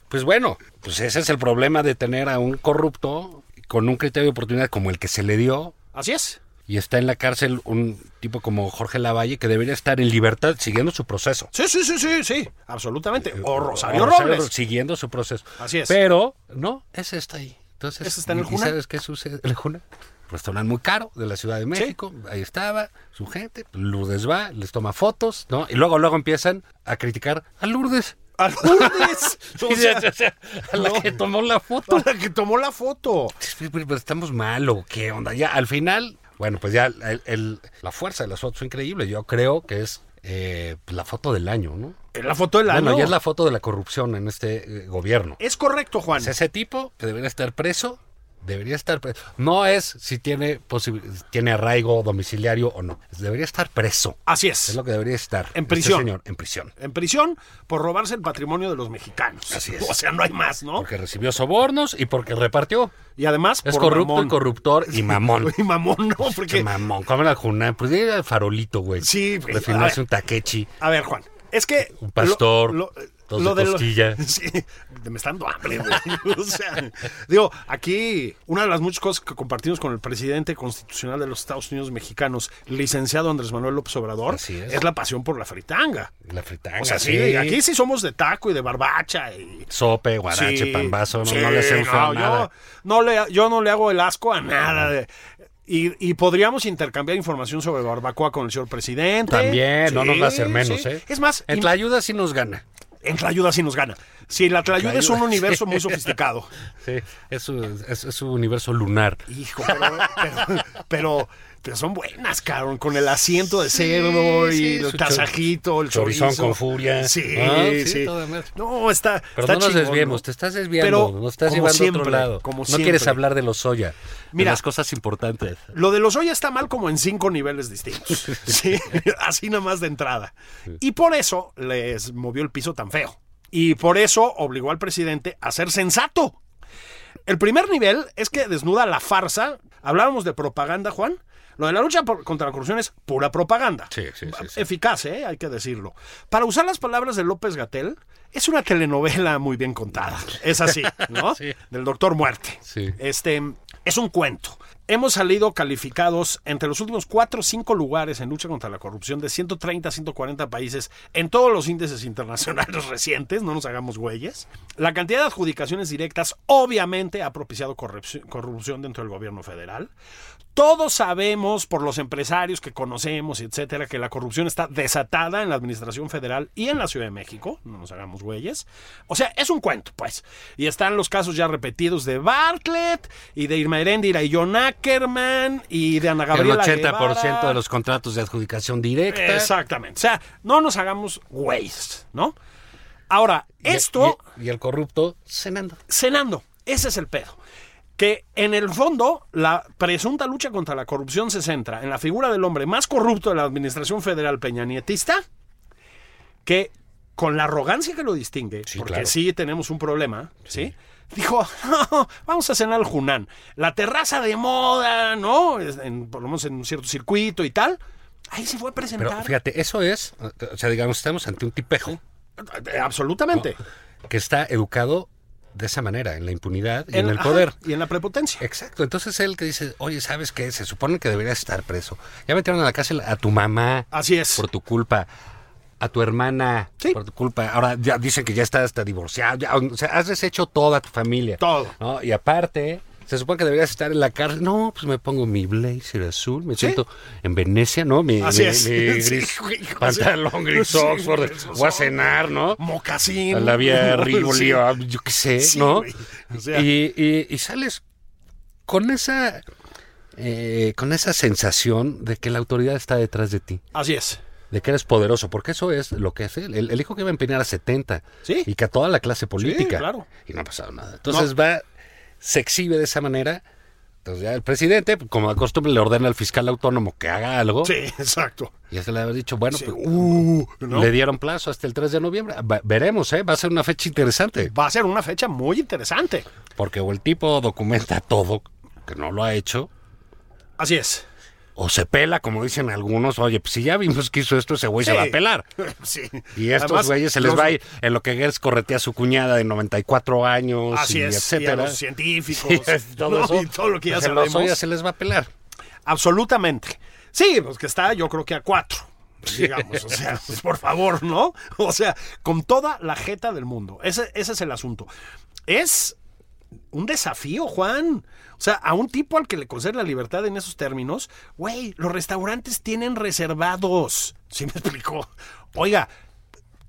Speaker 3: Pues bueno, pues ese es el problema de tener a un corrupto con un criterio de oportunidad como el que se le dio
Speaker 2: Así es.
Speaker 3: y está en la cárcel un tipo como Jorge Lavalle que debería estar en libertad siguiendo su proceso.
Speaker 2: Sí, sí, sí, sí, sí. Absolutamente. O Rosario
Speaker 3: O Rosario Robles,
Speaker 2: Robles.
Speaker 3: Siguiendo su proceso.
Speaker 2: Así es.
Speaker 3: Pero, no, ese está ahí. Entonces,
Speaker 2: Ese está en el
Speaker 3: ¿y
Speaker 2: Juna?
Speaker 3: sabes qué sucede? El Juna. Restaurante muy caro de la Ciudad de México. Ahí estaba su gente. Lourdes va, les toma fotos, ¿no? Y luego, luego empiezan a criticar a Lourdes.
Speaker 2: A Lourdes. O
Speaker 3: O sea,
Speaker 2: sea,
Speaker 3: a la que tomó la foto.
Speaker 2: la que tomó la foto.
Speaker 3: Pues, pues, Estamos mal o qué onda. Ya al final, bueno, pues ya el- el- la fuerza de las fotos fue increíble. Yo creo que es eh, la foto del año, ¿no?
Speaker 2: La foto del año.
Speaker 3: Bueno, ya es la foto de la corrupción en este eh, gobierno.
Speaker 2: Es correcto, Juan.
Speaker 3: Pues ese tipo que debería estar preso, debería estar preso. No es si tiene, posi- tiene arraigo domiciliario o no. Debería estar preso.
Speaker 2: Así es.
Speaker 3: Es lo que debería estar.
Speaker 2: En
Speaker 3: este
Speaker 2: prisión.
Speaker 3: señor, en prisión.
Speaker 2: En prisión por robarse el patrimonio de los mexicanos.
Speaker 3: Así es.
Speaker 2: O sea, no hay más, ¿no?
Speaker 3: Porque recibió sobornos y porque repartió.
Speaker 2: Y además
Speaker 3: Es
Speaker 2: por
Speaker 3: corrupto
Speaker 2: mamón.
Speaker 3: y corruptor y mamón.
Speaker 2: Y mamón, ¿no?
Speaker 3: Qué
Speaker 2: Porque
Speaker 3: mamón, come la juna. Pues era el farolito, güey.
Speaker 2: Sí, güey. A
Speaker 3: De
Speaker 2: ver.
Speaker 3: firmarse un taquechi.
Speaker 2: A ver, Juan, es que...
Speaker 3: Un pastor, dos de
Speaker 2: lo-
Speaker 3: costilla.
Speaker 2: Sí, me está dando hambre, güey. O sea, digo, aquí una de las muchas cosas que compartimos con el presidente constitucional de los Estados Unidos mexicanos, licenciado Andrés Manuel López Obrador,
Speaker 3: Así es.
Speaker 2: la pasión por la fritanga.
Speaker 3: La fritanga.
Speaker 2: O sea, sí,
Speaker 3: sí.
Speaker 2: Pues aquí sí somos de taco y de barbacha y...
Speaker 3: Sope, guarache,
Speaker 2: Sí,
Speaker 3: pambazo. No,
Speaker 2: sí,
Speaker 3: no le hacemos
Speaker 2: no, Yo
Speaker 3: nada.
Speaker 2: no, le, yo no le hago el asco a nada. de- y, y podríamos intercambiar información sobre barbacoa con el señor presidente.
Speaker 3: También, no
Speaker 2: Sí,
Speaker 3: nos va a hacer menos,
Speaker 2: sí.
Speaker 3: ¿eh?
Speaker 2: Es más,
Speaker 3: En
Speaker 2: im-
Speaker 3: la ayuda sí nos gana.
Speaker 2: en ayuda sí nos gana. Sí, la Tlayuda es un
Speaker 3: Tlayuda,
Speaker 2: universo
Speaker 3: sí.
Speaker 2: muy sofisticado.
Speaker 3: Sí, es, su- es- es un universo lunar.
Speaker 2: Hijo, pero, pero, pero, pero son buenas, cabrón. Con el asiento de cerdo
Speaker 3: sí,
Speaker 2: y
Speaker 3: su
Speaker 2: el
Speaker 3: chor-
Speaker 2: tasajito, el
Speaker 3: chorizón
Speaker 2: chorizo.
Speaker 3: con furia.
Speaker 2: Sí,
Speaker 3: Ah, sí,
Speaker 2: sí.
Speaker 3: todo demás.
Speaker 2: No, está.
Speaker 3: Pero
Speaker 2: está
Speaker 3: no nos
Speaker 2: chingón,
Speaker 3: desviemos,
Speaker 2: ¿no?
Speaker 3: te estás desviando,
Speaker 2: Pero,
Speaker 3: nos estás
Speaker 2: como
Speaker 3: llevando a otro
Speaker 2: siempre,
Speaker 3: lado.
Speaker 2: como
Speaker 3: no
Speaker 2: siempre.
Speaker 3: quieres hablar de los Oya,
Speaker 2: Mira.
Speaker 3: de las cosas importantes.
Speaker 2: Lo de los hoy está mal como en cinco niveles distintos. Sí, así nada más de entrada. Y por eso les movió el piso tan feo. Y por eso obligó al presidente a ser sensato. El primer nivel es que desnuda la farsa. Hablábamos de propaganda, Juan. Lo de la lucha por- contra la corrupción es pura propaganda.
Speaker 3: Sí, sí, sí, sí.
Speaker 2: Eficaz, ¿eh? hay que decirlo. Para usar las palabras de López Gatel, es una telenovela muy bien contada. Es así, ¿no?
Speaker 3: Sí.
Speaker 2: Del doctor muerte.
Speaker 3: Sí.
Speaker 2: Este es un cuento. Hemos salido calificados entre los últimos cuatro o cinco lugares en lucha contra la corrupción de 130 a 140 países en todos los índices internacionales recientes, no nos hagamos güeyes. La cantidad de adjudicaciones directas obviamente ha propiciado corrupci- corrupción dentro del gobierno federal. Todos sabemos por los empresarios que conocemos, etcétera, que la corrupción está desatada en la administración federal y en la Ciudad de México. No nos hagamos güeyes. O sea, es un cuento, pues. Y están los casos ya repetidos de Bartlett y de Irma Heréndira y John Ackerman y de Ana
Speaker 3: El
Speaker 2: Gabriela.
Speaker 3: 80%
Speaker 2: Guevara.
Speaker 3: de los Eh. contratos de adjudicación directa.
Speaker 2: Exactamente. O sea, no nos hagamos güeyes, ¿no? Ahora,
Speaker 3: Y-
Speaker 2: esto.
Speaker 3: Y, y el corrupto cenando.
Speaker 2: cenando. Ese es el pedo. Que en el fondo la presunta lucha contra la corrupción se centra en la figura del hombre más corrupto de la administración federal peñanietista, que con la arrogancia que lo distingue,
Speaker 3: Sí,
Speaker 2: porque
Speaker 3: claro.
Speaker 2: sí tenemos un problema, ¿sí? Dijo, "No, vamos a cenar al Junán, la terraza de moda, ¿no? Es en- por lo menos en un cierto circuito y tal. Ahí se fue a
Speaker 3: Pero
Speaker 2: presentar.
Speaker 3: fíjate, eso es, o sea, digamos, estamos ante un tipejo
Speaker 2: Eh, Absolutamente.
Speaker 3: que está educado de esa manera, en la impunidad y en, el
Speaker 2: ajá,
Speaker 3: poder.
Speaker 2: y en la prepotencia.
Speaker 3: Exacto, entonces él que dice, oye, ¿sabes qué? Se supone que deberías estar preso. Ya metieron a la cárcel a tu mamá.
Speaker 2: Así es.
Speaker 3: Por tu culpa. A tu hermana.
Speaker 2: Sí.
Speaker 3: Por tu culpa. Ahora ya dicen que ya estás hasta divorciado. ya, o sea, has deshecho toda tu familia.
Speaker 2: Todo.
Speaker 3: ¿no? Y aparte, se supone que deberías estar en la cárcel. No, pues me pongo mi blazer azul. Me siento en Venecia, ¿no? Mi,
Speaker 2: Así
Speaker 3: mi-
Speaker 2: es.
Speaker 3: mi
Speaker 2: Sí,
Speaker 3: gris
Speaker 2: güey, hijo,
Speaker 3: pantalón,
Speaker 2: sí.
Speaker 3: gris
Speaker 2: Sí,
Speaker 3: Oxford.
Speaker 2: gris
Speaker 3: Voy a
Speaker 2: Oxford.
Speaker 3: cenar, ¿no?
Speaker 2: Mocasín.
Speaker 3: A la vía
Speaker 2: Sí.
Speaker 3: Rivoli, o a- ah, yo qué sé,
Speaker 2: Sí,
Speaker 3: ¿no?
Speaker 2: güey, o sea.
Speaker 3: y, y- y sales con esa eh, con esa sensación de que la autoridad está detrás de ti,
Speaker 2: Así es.
Speaker 3: de que eres poderoso, porque eso es lo que es él. El, el hijo que iba a empeñar a 70
Speaker 2: Sí.
Speaker 3: y que a toda la clase política.
Speaker 2: claro.
Speaker 3: Y no ha pasado nada. Entonces va, se exhibe de esa manera. Entonces ya el presidente, como de costumbre, le ordena al fiscal autónomo que haga algo.
Speaker 2: Sí, exacto.
Speaker 3: Y ya se le había dicho, bueno, pues,
Speaker 2: Uh, ¿no?
Speaker 3: le dieron plazo hasta el 3 de noviembre. Va- veremos, ¿eh? Va a ser una fecha interesante.
Speaker 2: Va a ser una fecha muy interesante.
Speaker 3: Porque o el tipo documenta todo, que no lo ha hecho,
Speaker 2: Así es.
Speaker 3: o se pela, como dicen algunos, oye, pues si ya vimos que hizo esto, ese güey se
Speaker 2: Sí.
Speaker 3: va a pelar.
Speaker 2: Sí.
Speaker 3: Y a estos
Speaker 2: Además,
Speaker 3: güeyes se les
Speaker 2: los-
Speaker 3: va a ir en lo que Gertz corretea a su cuñada de 94 años,
Speaker 2: Así
Speaker 3: y
Speaker 2: es, y a
Speaker 3: etcétera.
Speaker 2: los científicos,
Speaker 3: Sí, es todo,
Speaker 2: ¿no?
Speaker 3: eso.
Speaker 2: y todo lo que ya
Speaker 3: Pues en los
Speaker 2: sabemos.
Speaker 3: Oya se les va a pelar.
Speaker 2: Absolutamente. Sí, pues que está yo creo que a cuatro, digamos. O sea, pues, por favor, ¿no? O sea, con toda la jeta del mundo. Ese, ese es el asunto. Es un desafío, Juan. O sea, a un tipo al que le concede la libertad en esos términos, güey, los restaurantes tienen reservados. ¿Sí me explicó? Oiga,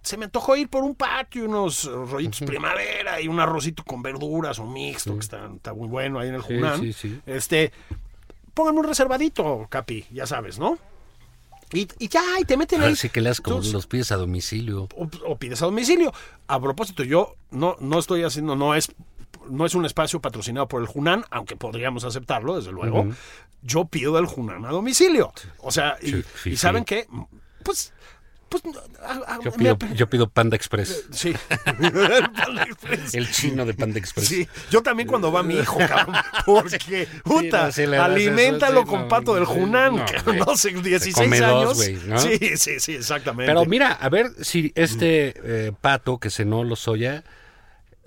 Speaker 2: se me antojó ir por un patio, unos rollitos primavera y un arrocito con verduras o mixto, que está, está muy bueno ahí en el Junán.
Speaker 3: sí, sí.
Speaker 2: Este, pónganme un reservadito, Capi, ya sabes, ¿no? Y, y ya, y te meten ahí.
Speaker 3: Ahora sí que le das como
Speaker 2: Entonces,
Speaker 3: los pies a domicilio.
Speaker 2: o, o pides a domicilio. A propósito, yo no, no estoy haciendo, no es, no es un espacio patrocinado por el Junán, aunque podríamos aceptarlo, desde luego. Yo pido el Junán a domicilio. O sea, y,
Speaker 3: Sí, sí,
Speaker 2: y ¿saben
Speaker 3: sí.
Speaker 2: qué? Pues, pues, no, a- a-
Speaker 3: Yo
Speaker 2: me
Speaker 3: pido, yo pido Panda Express.
Speaker 2: Sí. El Panda Express.
Speaker 3: El chino de Panda Express.
Speaker 2: Sí, yo también cuando va mi hijo, cabrón, porque, puta,
Speaker 3: no, sí le das
Speaker 2: alimentalo
Speaker 3: eso, sí,
Speaker 2: con
Speaker 3: no,
Speaker 2: pato del
Speaker 3: sí,
Speaker 2: Junán,
Speaker 3: no,
Speaker 2: cabrón,
Speaker 3: güey.
Speaker 2: no sé, 16
Speaker 3: come dos,
Speaker 2: años.
Speaker 3: güey, ¿no?
Speaker 2: Sí, sí, sí, exactamente.
Speaker 3: Pero mira, a ver si este eh, pato que cenó los soya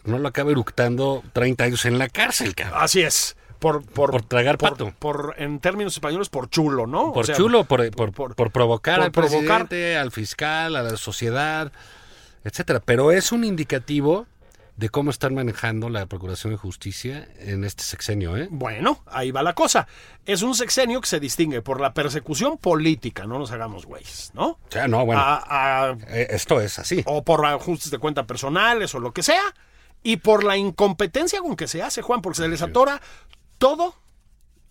Speaker 3: no lo acaba eructando 30 años en la cárcel, cabrón.
Speaker 2: Así es. Por, por,
Speaker 3: Por tragar
Speaker 2: por-
Speaker 3: pato.
Speaker 2: Por, en términos españoles, por chulo, ¿no? O
Speaker 3: Por
Speaker 2: sea,
Speaker 3: chulo, por, por, por, provocar
Speaker 2: por
Speaker 3: al
Speaker 2: provocar.
Speaker 3: presidente, al fiscal, a la sociedad, etcétera. Pero es un indicativo de cómo están manejando la Procuración de Justicia en este sexenio, ¿eh?
Speaker 2: Bueno, ahí va la cosa. Es un sexenio que se distingue por la persecución política, no nos hagamos güeyes, ¿no?
Speaker 3: O sea, no, bueno,
Speaker 2: Ah. A- a-
Speaker 3: eh, esto es así.
Speaker 2: o por ajustes de cuenta personales o lo que sea, y por la incompetencia con que se hace, Juan, porque se les atora todo,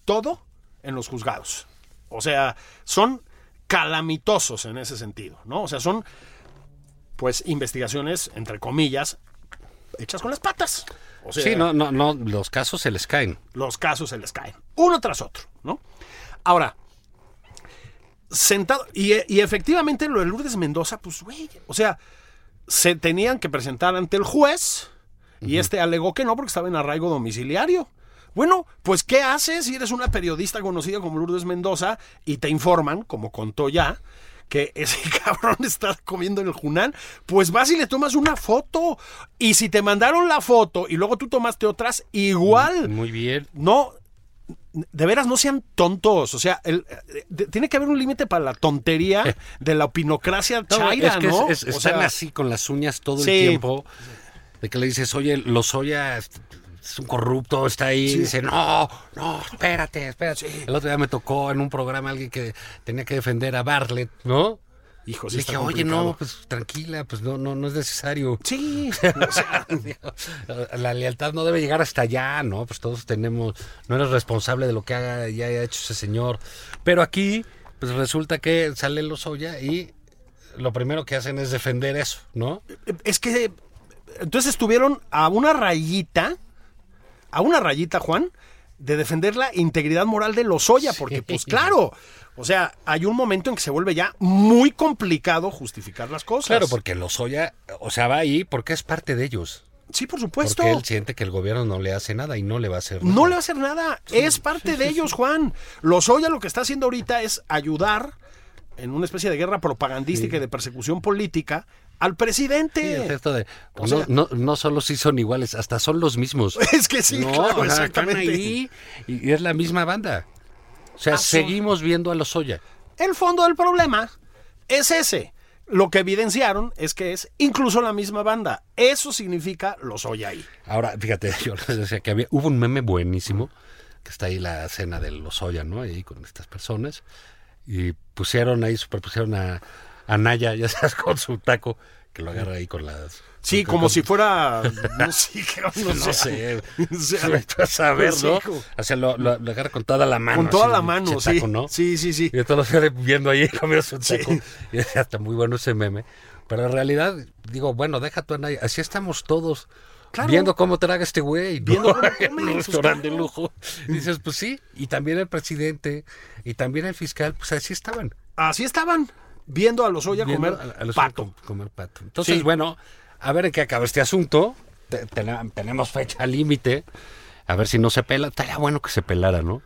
Speaker 2: todo en los juzgados. O sea, son calamitosos en ese sentido, ¿no? O sea, son, pues, investigaciones, entre comillas, hechas con las patas. O sea,
Speaker 3: Sí, no, no, no, los casos se les caen.
Speaker 2: los casos se les caen, uno tras otro, ¿no? Ahora, sentado, y, e- y efectivamente lo de Lourdes Mendoza, pues, güey, o sea, se tenían que presentar ante el juez y este alegó que no porque estaba en arraigo domiciliario. Bueno, pues, ¿qué haces si eres una periodista conocida como Lourdes Mendoza y te informan, como contó ya, que ese cabrón está comiendo en el Junán? Pues vas y le tomas una foto. Y si te mandaron la foto y luego tú tomaste otras, igual
Speaker 3: Muy bien.
Speaker 2: no, de veras no sean tontos. O sea, el- eh, de- tiene que haber un límite para la tontería de la opinocracia
Speaker 3: Eh. No,
Speaker 2: chaira,
Speaker 3: es que
Speaker 2: ¿no?
Speaker 3: es- es-
Speaker 2: O
Speaker 3: están
Speaker 2: sea,
Speaker 3: así con las uñas todo
Speaker 2: Sí.
Speaker 3: el tiempo. De que le dices, oye, Lozoya es- es un corrupto, está ahí. Y dice, no, no, espérate, espérate. El otro día me tocó en un programa alguien que tenía que defender a Bartlett, ¿no?
Speaker 2: hijo, sí
Speaker 3: Le
Speaker 2: está
Speaker 3: dije, oye,
Speaker 2: complicado.
Speaker 3: no, pues tranquila, pues no, no, no es necesario.
Speaker 2: Sí,
Speaker 3: O sea, digo, la lealtad no debe llegar hasta allá, ¿no? Pues todos tenemos, no eres responsable de lo que haga y haya hecho ese señor. Pero aquí, pues resulta que sale Lozoya y lo primero que hacen es defender eso, ¿no?
Speaker 2: es que entonces estuvieron a una rayita, a una rayita, Juan, de defender la integridad moral de Lozoya, porque pues claro, o sea, hay un momento en que se vuelve ya muy complicado justificar las cosas.
Speaker 3: Claro, porque Lozoya, o sea, va ahí porque es parte de ellos.
Speaker 2: sí, por
Speaker 3: Porque
Speaker 2: supuesto.
Speaker 3: él siente que el gobierno no le hace nada y no le va a hacer nada.
Speaker 2: Pues No le va a hacer nada. es parte de ellos, Juan. Lozoya lo que está haciendo ahorita es ayudar en una especie de guerra propagandística y de persecución política al
Speaker 3: Sí,
Speaker 2: presidente.
Speaker 3: es esto de,
Speaker 2: O
Speaker 3: no,
Speaker 2: sea-
Speaker 3: no, no solo sí son iguales, hasta son los mismos.
Speaker 2: Es que sí,
Speaker 3: no,
Speaker 2: claro,
Speaker 3: o sea, están
Speaker 2: exactamente.
Speaker 3: ahí y y es la misma banda. O sea, seguimos viendo a los Oya.
Speaker 2: El fondo del problema es ese. Lo que evidenciaron es que es incluso la misma banda. Eso significa Lozoya ahí.
Speaker 3: Ahora, fíjate, yo les decía que había, hubo un meme buenísimo, que está ahí la cena de los Oya, ¿no? Ahí con estas personas. Y pusieron ahí, superpusieron a, a Naya, ya sabes, con su taco, que lo agarra ahí con las...
Speaker 2: Sí,
Speaker 3: con-
Speaker 2: como
Speaker 3: con-
Speaker 2: si fuera. No sé,
Speaker 3: No,
Speaker 2: cabrón, o sea,
Speaker 3: sé,
Speaker 2: o sea,
Speaker 3: vete a saber,
Speaker 2: sí,
Speaker 3: ¿no?
Speaker 2: hijo.
Speaker 3: O sea, lo, lo- lo agarra con toda la mano.
Speaker 2: Con toda
Speaker 3: así,
Speaker 2: la mano,
Speaker 3: ese
Speaker 2: sí.
Speaker 3: taco, ¿no?
Speaker 2: Sí, sí, sí.
Speaker 3: Y yo todos los días viendo ahí comiendo su
Speaker 2: Sí.
Speaker 3: taco. Y decía, está muy bueno ese meme. Pero en realidad, digo, bueno, deja tu nadie. Así estamos todos.
Speaker 2: Claro.
Speaker 3: Viendo cómo traga este güey. ¿no?
Speaker 2: Viendo cómo
Speaker 3: En
Speaker 2: come
Speaker 3: un
Speaker 2: sus
Speaker 3: restaurante de
Speaker 2: tacos.
Speaker 3: lujo. Y dices, pues sí. Y también el presidente. Y también el fiscal. Pues así estaban.
Speaker 2: Así estaban viendo a Lozoya
Speaker 3: viendo
Speaker 2: comer
Speaker 3: a- a los-
Speaker 2: pato.
Speaker 3: Comer pato. Entonces,
Speaker 2: Sí.
Speaker 3: bueno, a ver en qué acaba este asunto. Te- tena- tenemos fecha límite. A ver si no se pela. Estaría bueno que se pelara, ¿no?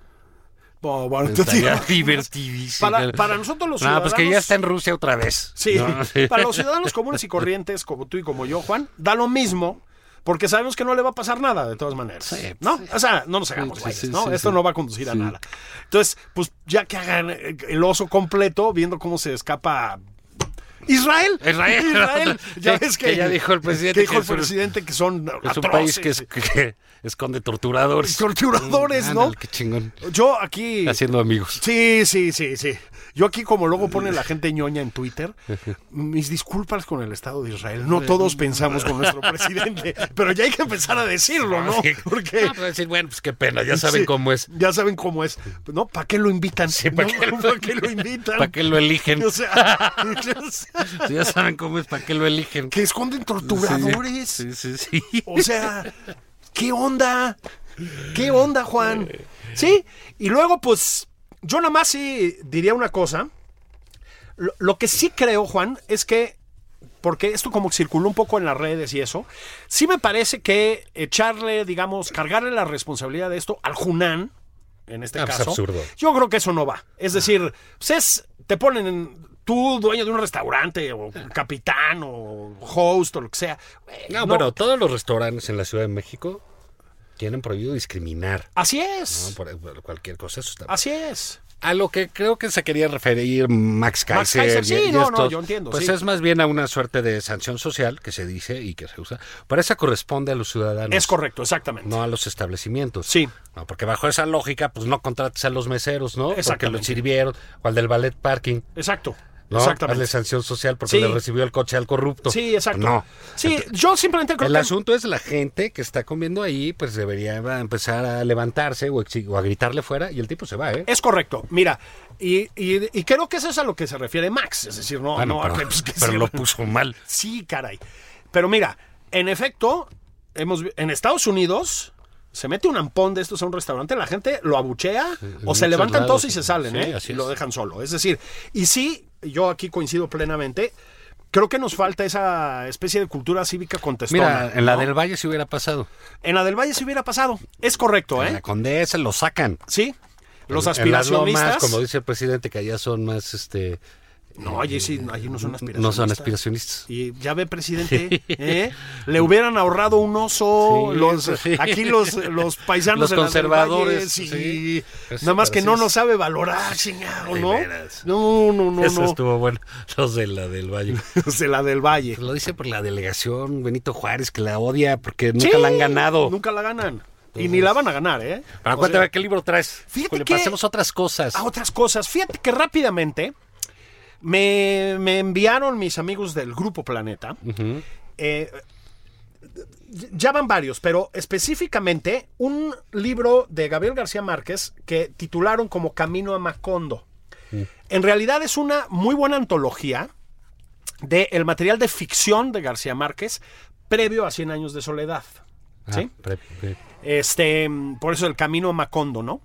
Speaker 2: Oh, bueno, entonces-
Speaker 3: Estaría divertidísimo.
Speaker 2: Para- para nosotros los
Speaker 3: No, pues que ya
Speaker 2: ciudadanos-
Speaker 3: está en Rusia otra vez.
Speaker 2: Sí,
Speaker 3: ¿no?
Speaker 2: para los ciudadanos comunes y corrientes, como tú y como yo, Juan, da lo mismo, porque sabemos que no le va a pasar nada, de todas maneras.
Speaker 3: Sí,
Speaker 2: ¿No?
Speaker 3: sí.
Speaker 2: O sea, no nos hagamos
Speaker 3: Sí,
Speaker 2: güeyes,
Speaker 3: sí,
Speaker 2: ¿no?
Speaker 3: sí,
Speaker 2: Esto
Speaker 3: sí.
Speaker 2: no va a conducir a nada. Entonces, pues ya que hagan eh, el oso completo, viendo cómo se escapa. Israel,
Speaker 3: Israel.
Speaker 2: ya
Speaker 3: Sí,
Speaker 2: ves que,
Speaker 3: que ya dijo el presidente
Speaker 2: que dijo
Speaker 3: que
Speaker 2: el
Speaker 3: es un-
Speaker 2: presidente que son
Speaker 3: Es un
Speaker 2: atroces,
Speaker 3: país que, es- que esconde torturadores.
Speaker 2: torturadores, ¿no?
Speaker 3: Ándale, qué chingón.
Speaker 2: Yo aquí
Speaker 3: Haciendo amigos.
Speaker 2: Sí, sí, sí, sí. Yo aquí, como luego pone la gente ñoña en Twitter, mis disculpas con el Estado de Israel. No todos pensamos con nuestro presidente, pero ya hay que empezar a decirlo, ¿no?
Speaker 3: Sí.
Speaker 2: Porque
Speaker 3: No, pero decir, bueno, pues qué pena, ya saben
Speaker 2: Sí,
Speaker 3: cómo es.
Speaker 2: Ya saben cómo es. Pues, ¿No? ¿Para qué lo invitan?
Speaker 3: ¿para
Speaker 2: ¿No?
Speaker 3: qué lo-
Speaker 2: ¿Para qué lo invitan?
Speaker 3: ¿Para qué lo eligen?
Speaker 2: O sea, o sea,
Speaker 3: Si ya saben cómo es, ¿para qué lo eligen?
Speaker 2: que esconden torturadores.
Speaker 3: Sí, sí, sí.
Speaker 2: O sea, ¿qué onda? ¿Qué onda, Juan? Sí, y luego, pues, yo nada más sí diría una cosa. Lo, lo que sí creo, Juan, es que, porque esto como circuló un poco en las redes y eso, sí me parece que echarle, digamos, cargarle la responsabilidad de esto al Junán, en este
Speaker 3: Ah, pues,
Speaker 2: caso.
Speaker 3: absurdo.
Speaker 2: Yo creo que eso no va. Es decir, pues es, te ponen en- tú dueño de un restaurante o capitán o host o lo que sea. Eh,
Speaker 3: No, bueno, todos los restaurantes en la Ciudad de México tienen prohibido discriminar
Speaker 2: Así es.
Speaker 3: pues, ¿no? por por cualquier cosa. Eso está
Speaker 2: Así es.
Speaker 3: A lo que creo que se quería referir
Speaker 2: Max
Speaker 3: Max Kaiser.
Speaker 2: Kaiser, sí,
Speaker 3: y- y
Speaker 2: no, no,
Speaker 3: estos,
Speaker 2: yo entiendo,
Speaker 3: Pues
Speaker 2: sí.
Speaker 3: es más bien a una suerte de sanción social que se dice y que se usa. Pero esa corresponde a los ciudadanos.
Speaker 2: Es correcto, exactamente.
Speaker 3: No a los establecimientos.
Speaker 2: Sí.
Speaker 3: No, porque bajo esa lógica, pues no contrates a los meseros, ¿no? Porque
Speaker 2: Exactamente.
Speaker 3: los sirvieron. O al del ballet parking.
Speaker 2: Exacto.
Speaker 3: ¿no? Hazle
Speaker 2: Exactamente.
Speaker 3: sanción social porque
Speaker 2: Sí.
Speaker 3: le recibió el coche al corrupto.
Speaker 2: Sí, exacto.
Speaker 3: No.
Speaker 2: Sí, yo simplemente creo
Speaker 3: El
Speaker 2: que
Speaker 3: asunto es la gente que está comiendo ahí, pues debería empezar a levantarse o, exi- o a gritarle fuera y el tipo se va, ¿eh?
Speaker 2: es correcto. Mira, y, y- y creo que eso es a lo que se refiere Max. Es decir, no,
Speaker 3: Bueno,
Speaker 2: no,
Speaker 3: pero,
Speaker 2: que- pues, que
Speaker 3: pero
Speaker 2: sí.
Speaker 3: lo puso mal.
Speaker 2: Sí, caray. Pero mira, en efecto, hemos vi- en Estados Unidos se mete un ampón de estos a un restaurante, la gente lo abuchea o
Speaker 3: muchos
Speaker 2: se levantan
Speaker 3: lados.
Speaker 2: todos y se salen,
Speaker 3: Sí,
Speaker 2: ¿eh?
Speaker 3: así
Speaker 2: y
Speaker 3: es.
Speaker 2: lo dejan solo. Es decir, y sí, yo aquí coincido plenamente. Creo que nos falta esa especie de cultura cívica contestona.
Speaker 3: Mira, en la
Speaker 2: ¿no?
Speaker 3: del Valle se hubiera pasado.
Speaker 2: En la del Valle se hubiera pasado. Es correcto,
Speaker 3: En la
Speaker 2: ¿eh?
Speaker 3: condesa lo sacan.
Speaker 2: Sí. Los
Speaker 3: En- en las lomas,
Speaker 2: aspiracionistas.
Speaker 3: como dice el presidente, que allá son más, este,
Speaker 2: No, allí sí, allí no son aspiracionistas.
Speaker 3: no son aspiracionistas.
Speaker 2: Y ya ve, presidente, ¿eh? le hubieran ahorrado un oso.
Speaker 3: Sí,
Speaker 2: los,
Speaker 3: sí.
Speaker 2: Aquí los, los paisanos
Speaker 3: Los
Speaker 2: de las del
Speaker 3: conservadores,
Speaker 2: Valle,
Speaker 3: sí.
Speaker 2: sí.
Speaker 3: Pues sí,
Speaker 2: Nada más
Speaker 3: pero
Speaker 2: que
Speaker 3: sí
Speaker 2: no
Speaker 3: es-
Speaker 2: nos sabe valorar, chingado,
Speaker 3: De
Speaker 2: ¿no?
Speaker 3: veras.
Speaker 2: No, no, no,
Speaker 3: Eso
Speaker 2: no.
Speaker 3: estuvo bueno, los de la del Valle.
Speaker 2: Los de la del Valle.
Speaker 3: Lo dice por la delegación Benito Juárez, que la odia porque nunca la han ganado.
Speaker 2: Nunca la ganan. Y ni la van a ganar, ¿eh?
Speaker 3: Pero
Speaker 2: O
Speaker 3: cuéntame,
Speaker 2: sea,
Speaker 3: ¿qué libro traes?
Speaker 2: Fíjate
Speaker 3: Híjole,
Speaker 2: que- Ah,
Speaker 3: pasemos a otras cosas.
Speaker 2: Pues, a otras cosas. Fíjate que rápidamente me, me enviaron mis amigos del Grupo Planeta. eh, ya van varios, pero específicamente un libro de Gabriel García Márquez que titularon como Camino a Macondo. En realidad es una muy buena antología del material de ficción de García Márquez previo a 100 años de soledad.
Speaker 3: Ah,
Speaker 2: ¿sí?
Speaker 3: pre- pre-
Speaker 2: Este, mm, por eso el camino a Macondo, ¿no?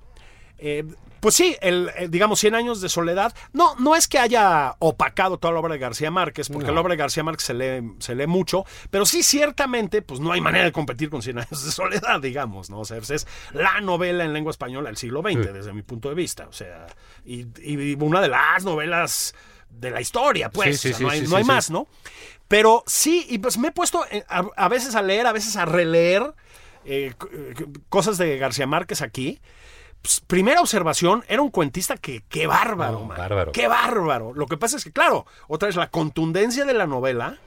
Speaker 2: Eh, pues sí, el, eh, digamos 100 años de soledad. No, no es que haya opacado toda la obra de García Márquez, porque la obra de García Márquez se lee, se lee mucho, pero sí ciertamente, pues no hay manera de competir con 100 años de soledad, digamos, ¿no? O sea, pues, es la novela en lengua española del siglo XX, desde mi punto de vista, o sea, y, y una de las novelas de la historia, pues,
Speaker 3: Sí, sí,
Speaker 2: o sea, no
Speaker 3: sí,
Speaker 2: hay,
Speaker 3: sí,
Speaker 2: no hay
Speaker 3: sí, sí.
Speaker 2: más, ¿no? Pero sí, y pues me he puesto eh, a, a veces a leer, a veces a releer eh, c- eh, c- cosas de García Márquez aquí. Pues, primera observación, era un cuentista que, qué bárbaro,
Speaker 3: No,
Speaker 2: man.
Speaker 3: bárbaro.
Speaker 2: Qué bárbaro. Lo que pasa es que, claro, otra es la contundencia de la novela,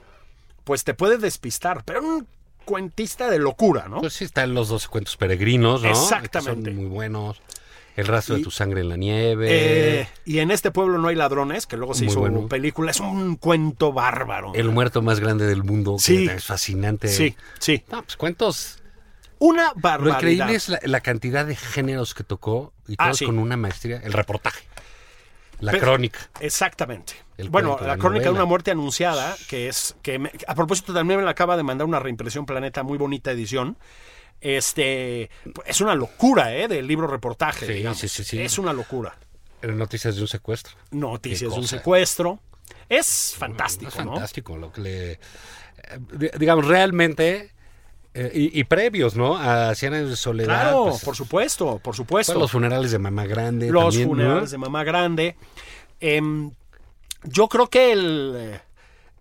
Speaker 2: pues te puede despistar, pero era un cuentista de locura, ¿no?
Speaker 3: Pues sí, están los 12 cuentos peregrinos, ¿no?
Speaker 2: Exactamente.
Speaker 3: Que son muy buenos. El rastro de tu sangre en la nieve.
Speaker 2: Eh, y en este pueblo no hay ladrones, que luego se
Speaker 3: Muy
Speaker 2: hizo
Speaker 3: bueno.
Speaker 2: película. Es un cuento bárbaro.
Speaker 3: el muerto más grande del mundo. que
Speaker 2: Sí.
Speaker 3: es fascinante.
Speaker 2: Sí, sí.
Speaker 3: No, pues cuentos.
Speaker 2: Una
Speaker 3: Lo
Speaker 2: barbaridad.
Speaker 3: increíble es la, la cantidad de géneros que tocó y
Speaker 2: Ah,
Speaker 3: todos
Speaker 2: sí.
Speaker 3: con una maestría. El reportaje. La
Speaker 2: Pero-
Speaker 3: crónica.
Speaker 2: Exactamente.
Speaker 3: El
Speaker 2: bueno,
Speaker 3: cuento,
Speaker 2: la
Speaker 3: la
Speaker 2: crónica de
Speaker 3: novela.
Speaker 2: una muerte anunciada, que es que me- a propósito también me la acaba de mandar una reimpresión Planeta, muy bonita edición. Este es una locura, ¿eh? Del libro reportaje.
Speaker 3: Sí,
Speaker 2: digamos.
Speaker 3: sí, sí, sí.
Speaker 2: Es una locura.
Speaker 3: Eran Noticias de un secuestro.
Speaker 2: Noticias
Speaker 3: Qué
Speaker 2: de un
Speaker 3: cosa. Mm,
Speaker 2: secuestro. Es fantástico,
Speaker 3: Es
Speaker 2: ¿no?
Speaker 3: fantástico lo que le. eh, di- Digamos, realmente. eh, y, y previos, ¿no? A 100 años de soledad.
Speaker 2: Claro,
Speaker 3: pues,
Speaker 2: por supuesto, por
Speaker 3: fueron
Speaker 2: supuesto.
Speaker 3: Los funerales de Mamá Grande.
Speaker 2: Los
Speaker 3: también, ¿no?
Speaker 2: funerales de mamá grande. Em, yo creo que el,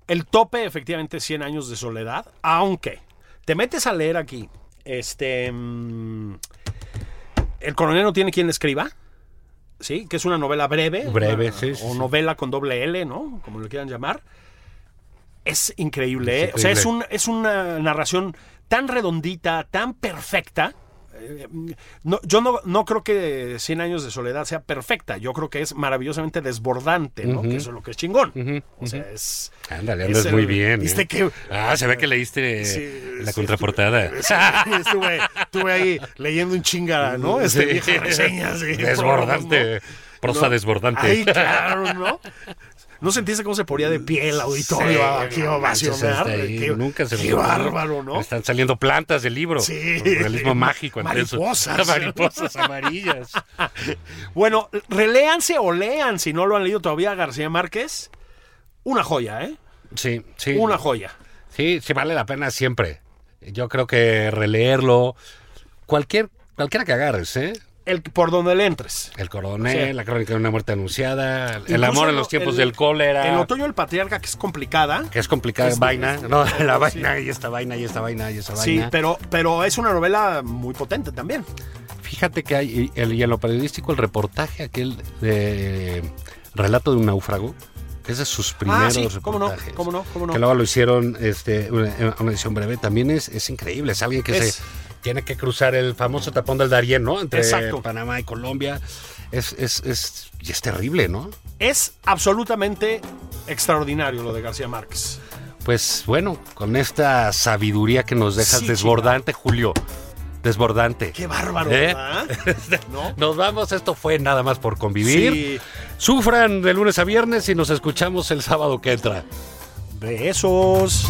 Speaker 2: el tope, efectivamente, es 100 años de soledad. Aunque te metes a leer aquí, este. em, el coronel no tiene quien le escriba. Sí, que es una novela breve.
Speaker 3: Breve,
Speaker 2: una-
Speaker 3: sí, sí,
Speaker 2: O
Speaker 3: sí.
Speaker 2: novela con doble L, ¿no? Como le quieran llamar. Es increíble.
Speaker 3: Es
Speaker 2: ¿eh? O sea, es, un,
Speaker 3: increíble.
Speaker 2: es una narración tan redondita, tan perfecta. Eh, no- yo no, no creo que 100 años de soledad sea perfecta. Yo creo que es maravillosamente desbordante, ¿no? Que eso es lo que es chingón. O sea, es.
Speaker 3: Ándale,
Speaker 2: es
Speaker 3: andas
Speaker 2: el-
Speaker 3: muy bien.
Speaker 2: ¿Viste
Speaker 3: ¿eh?
Speaker 2: que-
Speaker 3: Ah, se ve que leíste
Speaker 2: Sí,
Speaker 3: la
Speaker 2: sí,
Speaker 3: contraportada.
Speaker 2: estuve, estuve ahí leyendo un chingada, ¿no? Este,
Speaker 3: Sí.
Speaker 2: viejas reseñas, sí,
Speaker 3: Desbordante. Prosa
Speaker 2: No.
Speaker 3: desbordante.
Speaker 2: Ay, claro, ¿no? ¿No sentiste cómo se ponía de pie el auditorio
Speaker 3: Sí,
Speaker 2: aquí
Speaker 3: no manches,
Speaker 2: ovacionar?
Speaker 3: hasta ahí
Speaker 2: Qué,
Speaker 3: Nunca se me
Speaker 2: qué
Speaker 3: ocurrió.
Speaker 2: bárbaro, ¿no?
Speaker 3: Están saliendo plantas del libro.
Speaker 2: Sí.
Speaker 3: Un Realismo mágico. intenso.
Speaker 2: Mariposas.
Speaker 3: Mariposas amarillas.
Speaker 2: Bueno, reléanse o lean, si no lo han leído todavía, a García Márquez. Una joya, ¿eh?
Speaker 3: Sí, sí.
Speaker 2: Una joya.
Speaker 3: Sí, sí vale la pena siempre. Yo creo que releerlo, cualquier, cualquiera que agarres, ¿eh?
Speaker 2: el, por donde le entres.
Speaker 3: El coronel,
Speaker 2: O sea,
Speaker 3: la crónica de una muerte anunciada, el- el
Speaker 2: Incluso
Speaker 3: amor en
Speaker 2: lo-
Speaker 3: los tiempos
Speaker 2: el-
Speaker 3: del cólera.
Speaker 2: El otoño del patriarca, que es complicada.
Speaker 3: que es complicada
Speaker 2: Es-
Speaker 3: vaina, ¿no? La
Speaker 2: sí.
Speaker 3: vaina y esta vaina y esta vaina y esta
Speaker 2: Sí,
Speaker 3: vaina.
Speaker 2: pero, pero es una novela muy potente también.
Speaker 3: Fíjate que hay, y, el, y en lo periodístico, el reportaje aquel de Relato de un náufrago, que es de sus primeros
Speaker 2: Ah, sí, cómo no,
Speaker 3: reportajes.
Speaker 2: cómo no, cómo no.
Speaker 3: Que luego lo hicieron este, una, una edición breve. También es, es increíble. Es alguien que
Speaker 2: Es-
Speaker 3: se tiene que cruzar el famoso tapón del Darién, ¿no? Entre
Speaker 2: Exacto.
Speaker 3: Panamá y Colombia. Es, es, es, y es terrible, ¿no?
Speaker 2: Es absolutamente extraordinario lo de García Márquez.
Speaker 3: Pues bueno, con esta sabiduría que nos dejas
Speaker 2: Sí,
Speaker 3: desbordante, Julio. Desbordante.
Speaker 2: Qué bárbaro,
Speaker 3: ¿Eh?
Speaker 2: ¿verdad? ¿No?
Speaker 3: Nos vamos, esto fue nada más por convivir.
Speaker 2: Sí.
Speaker 3: Sufran de lunes a viernes y nos escuchamos el sábado que entra.
Speaker 2: Besos.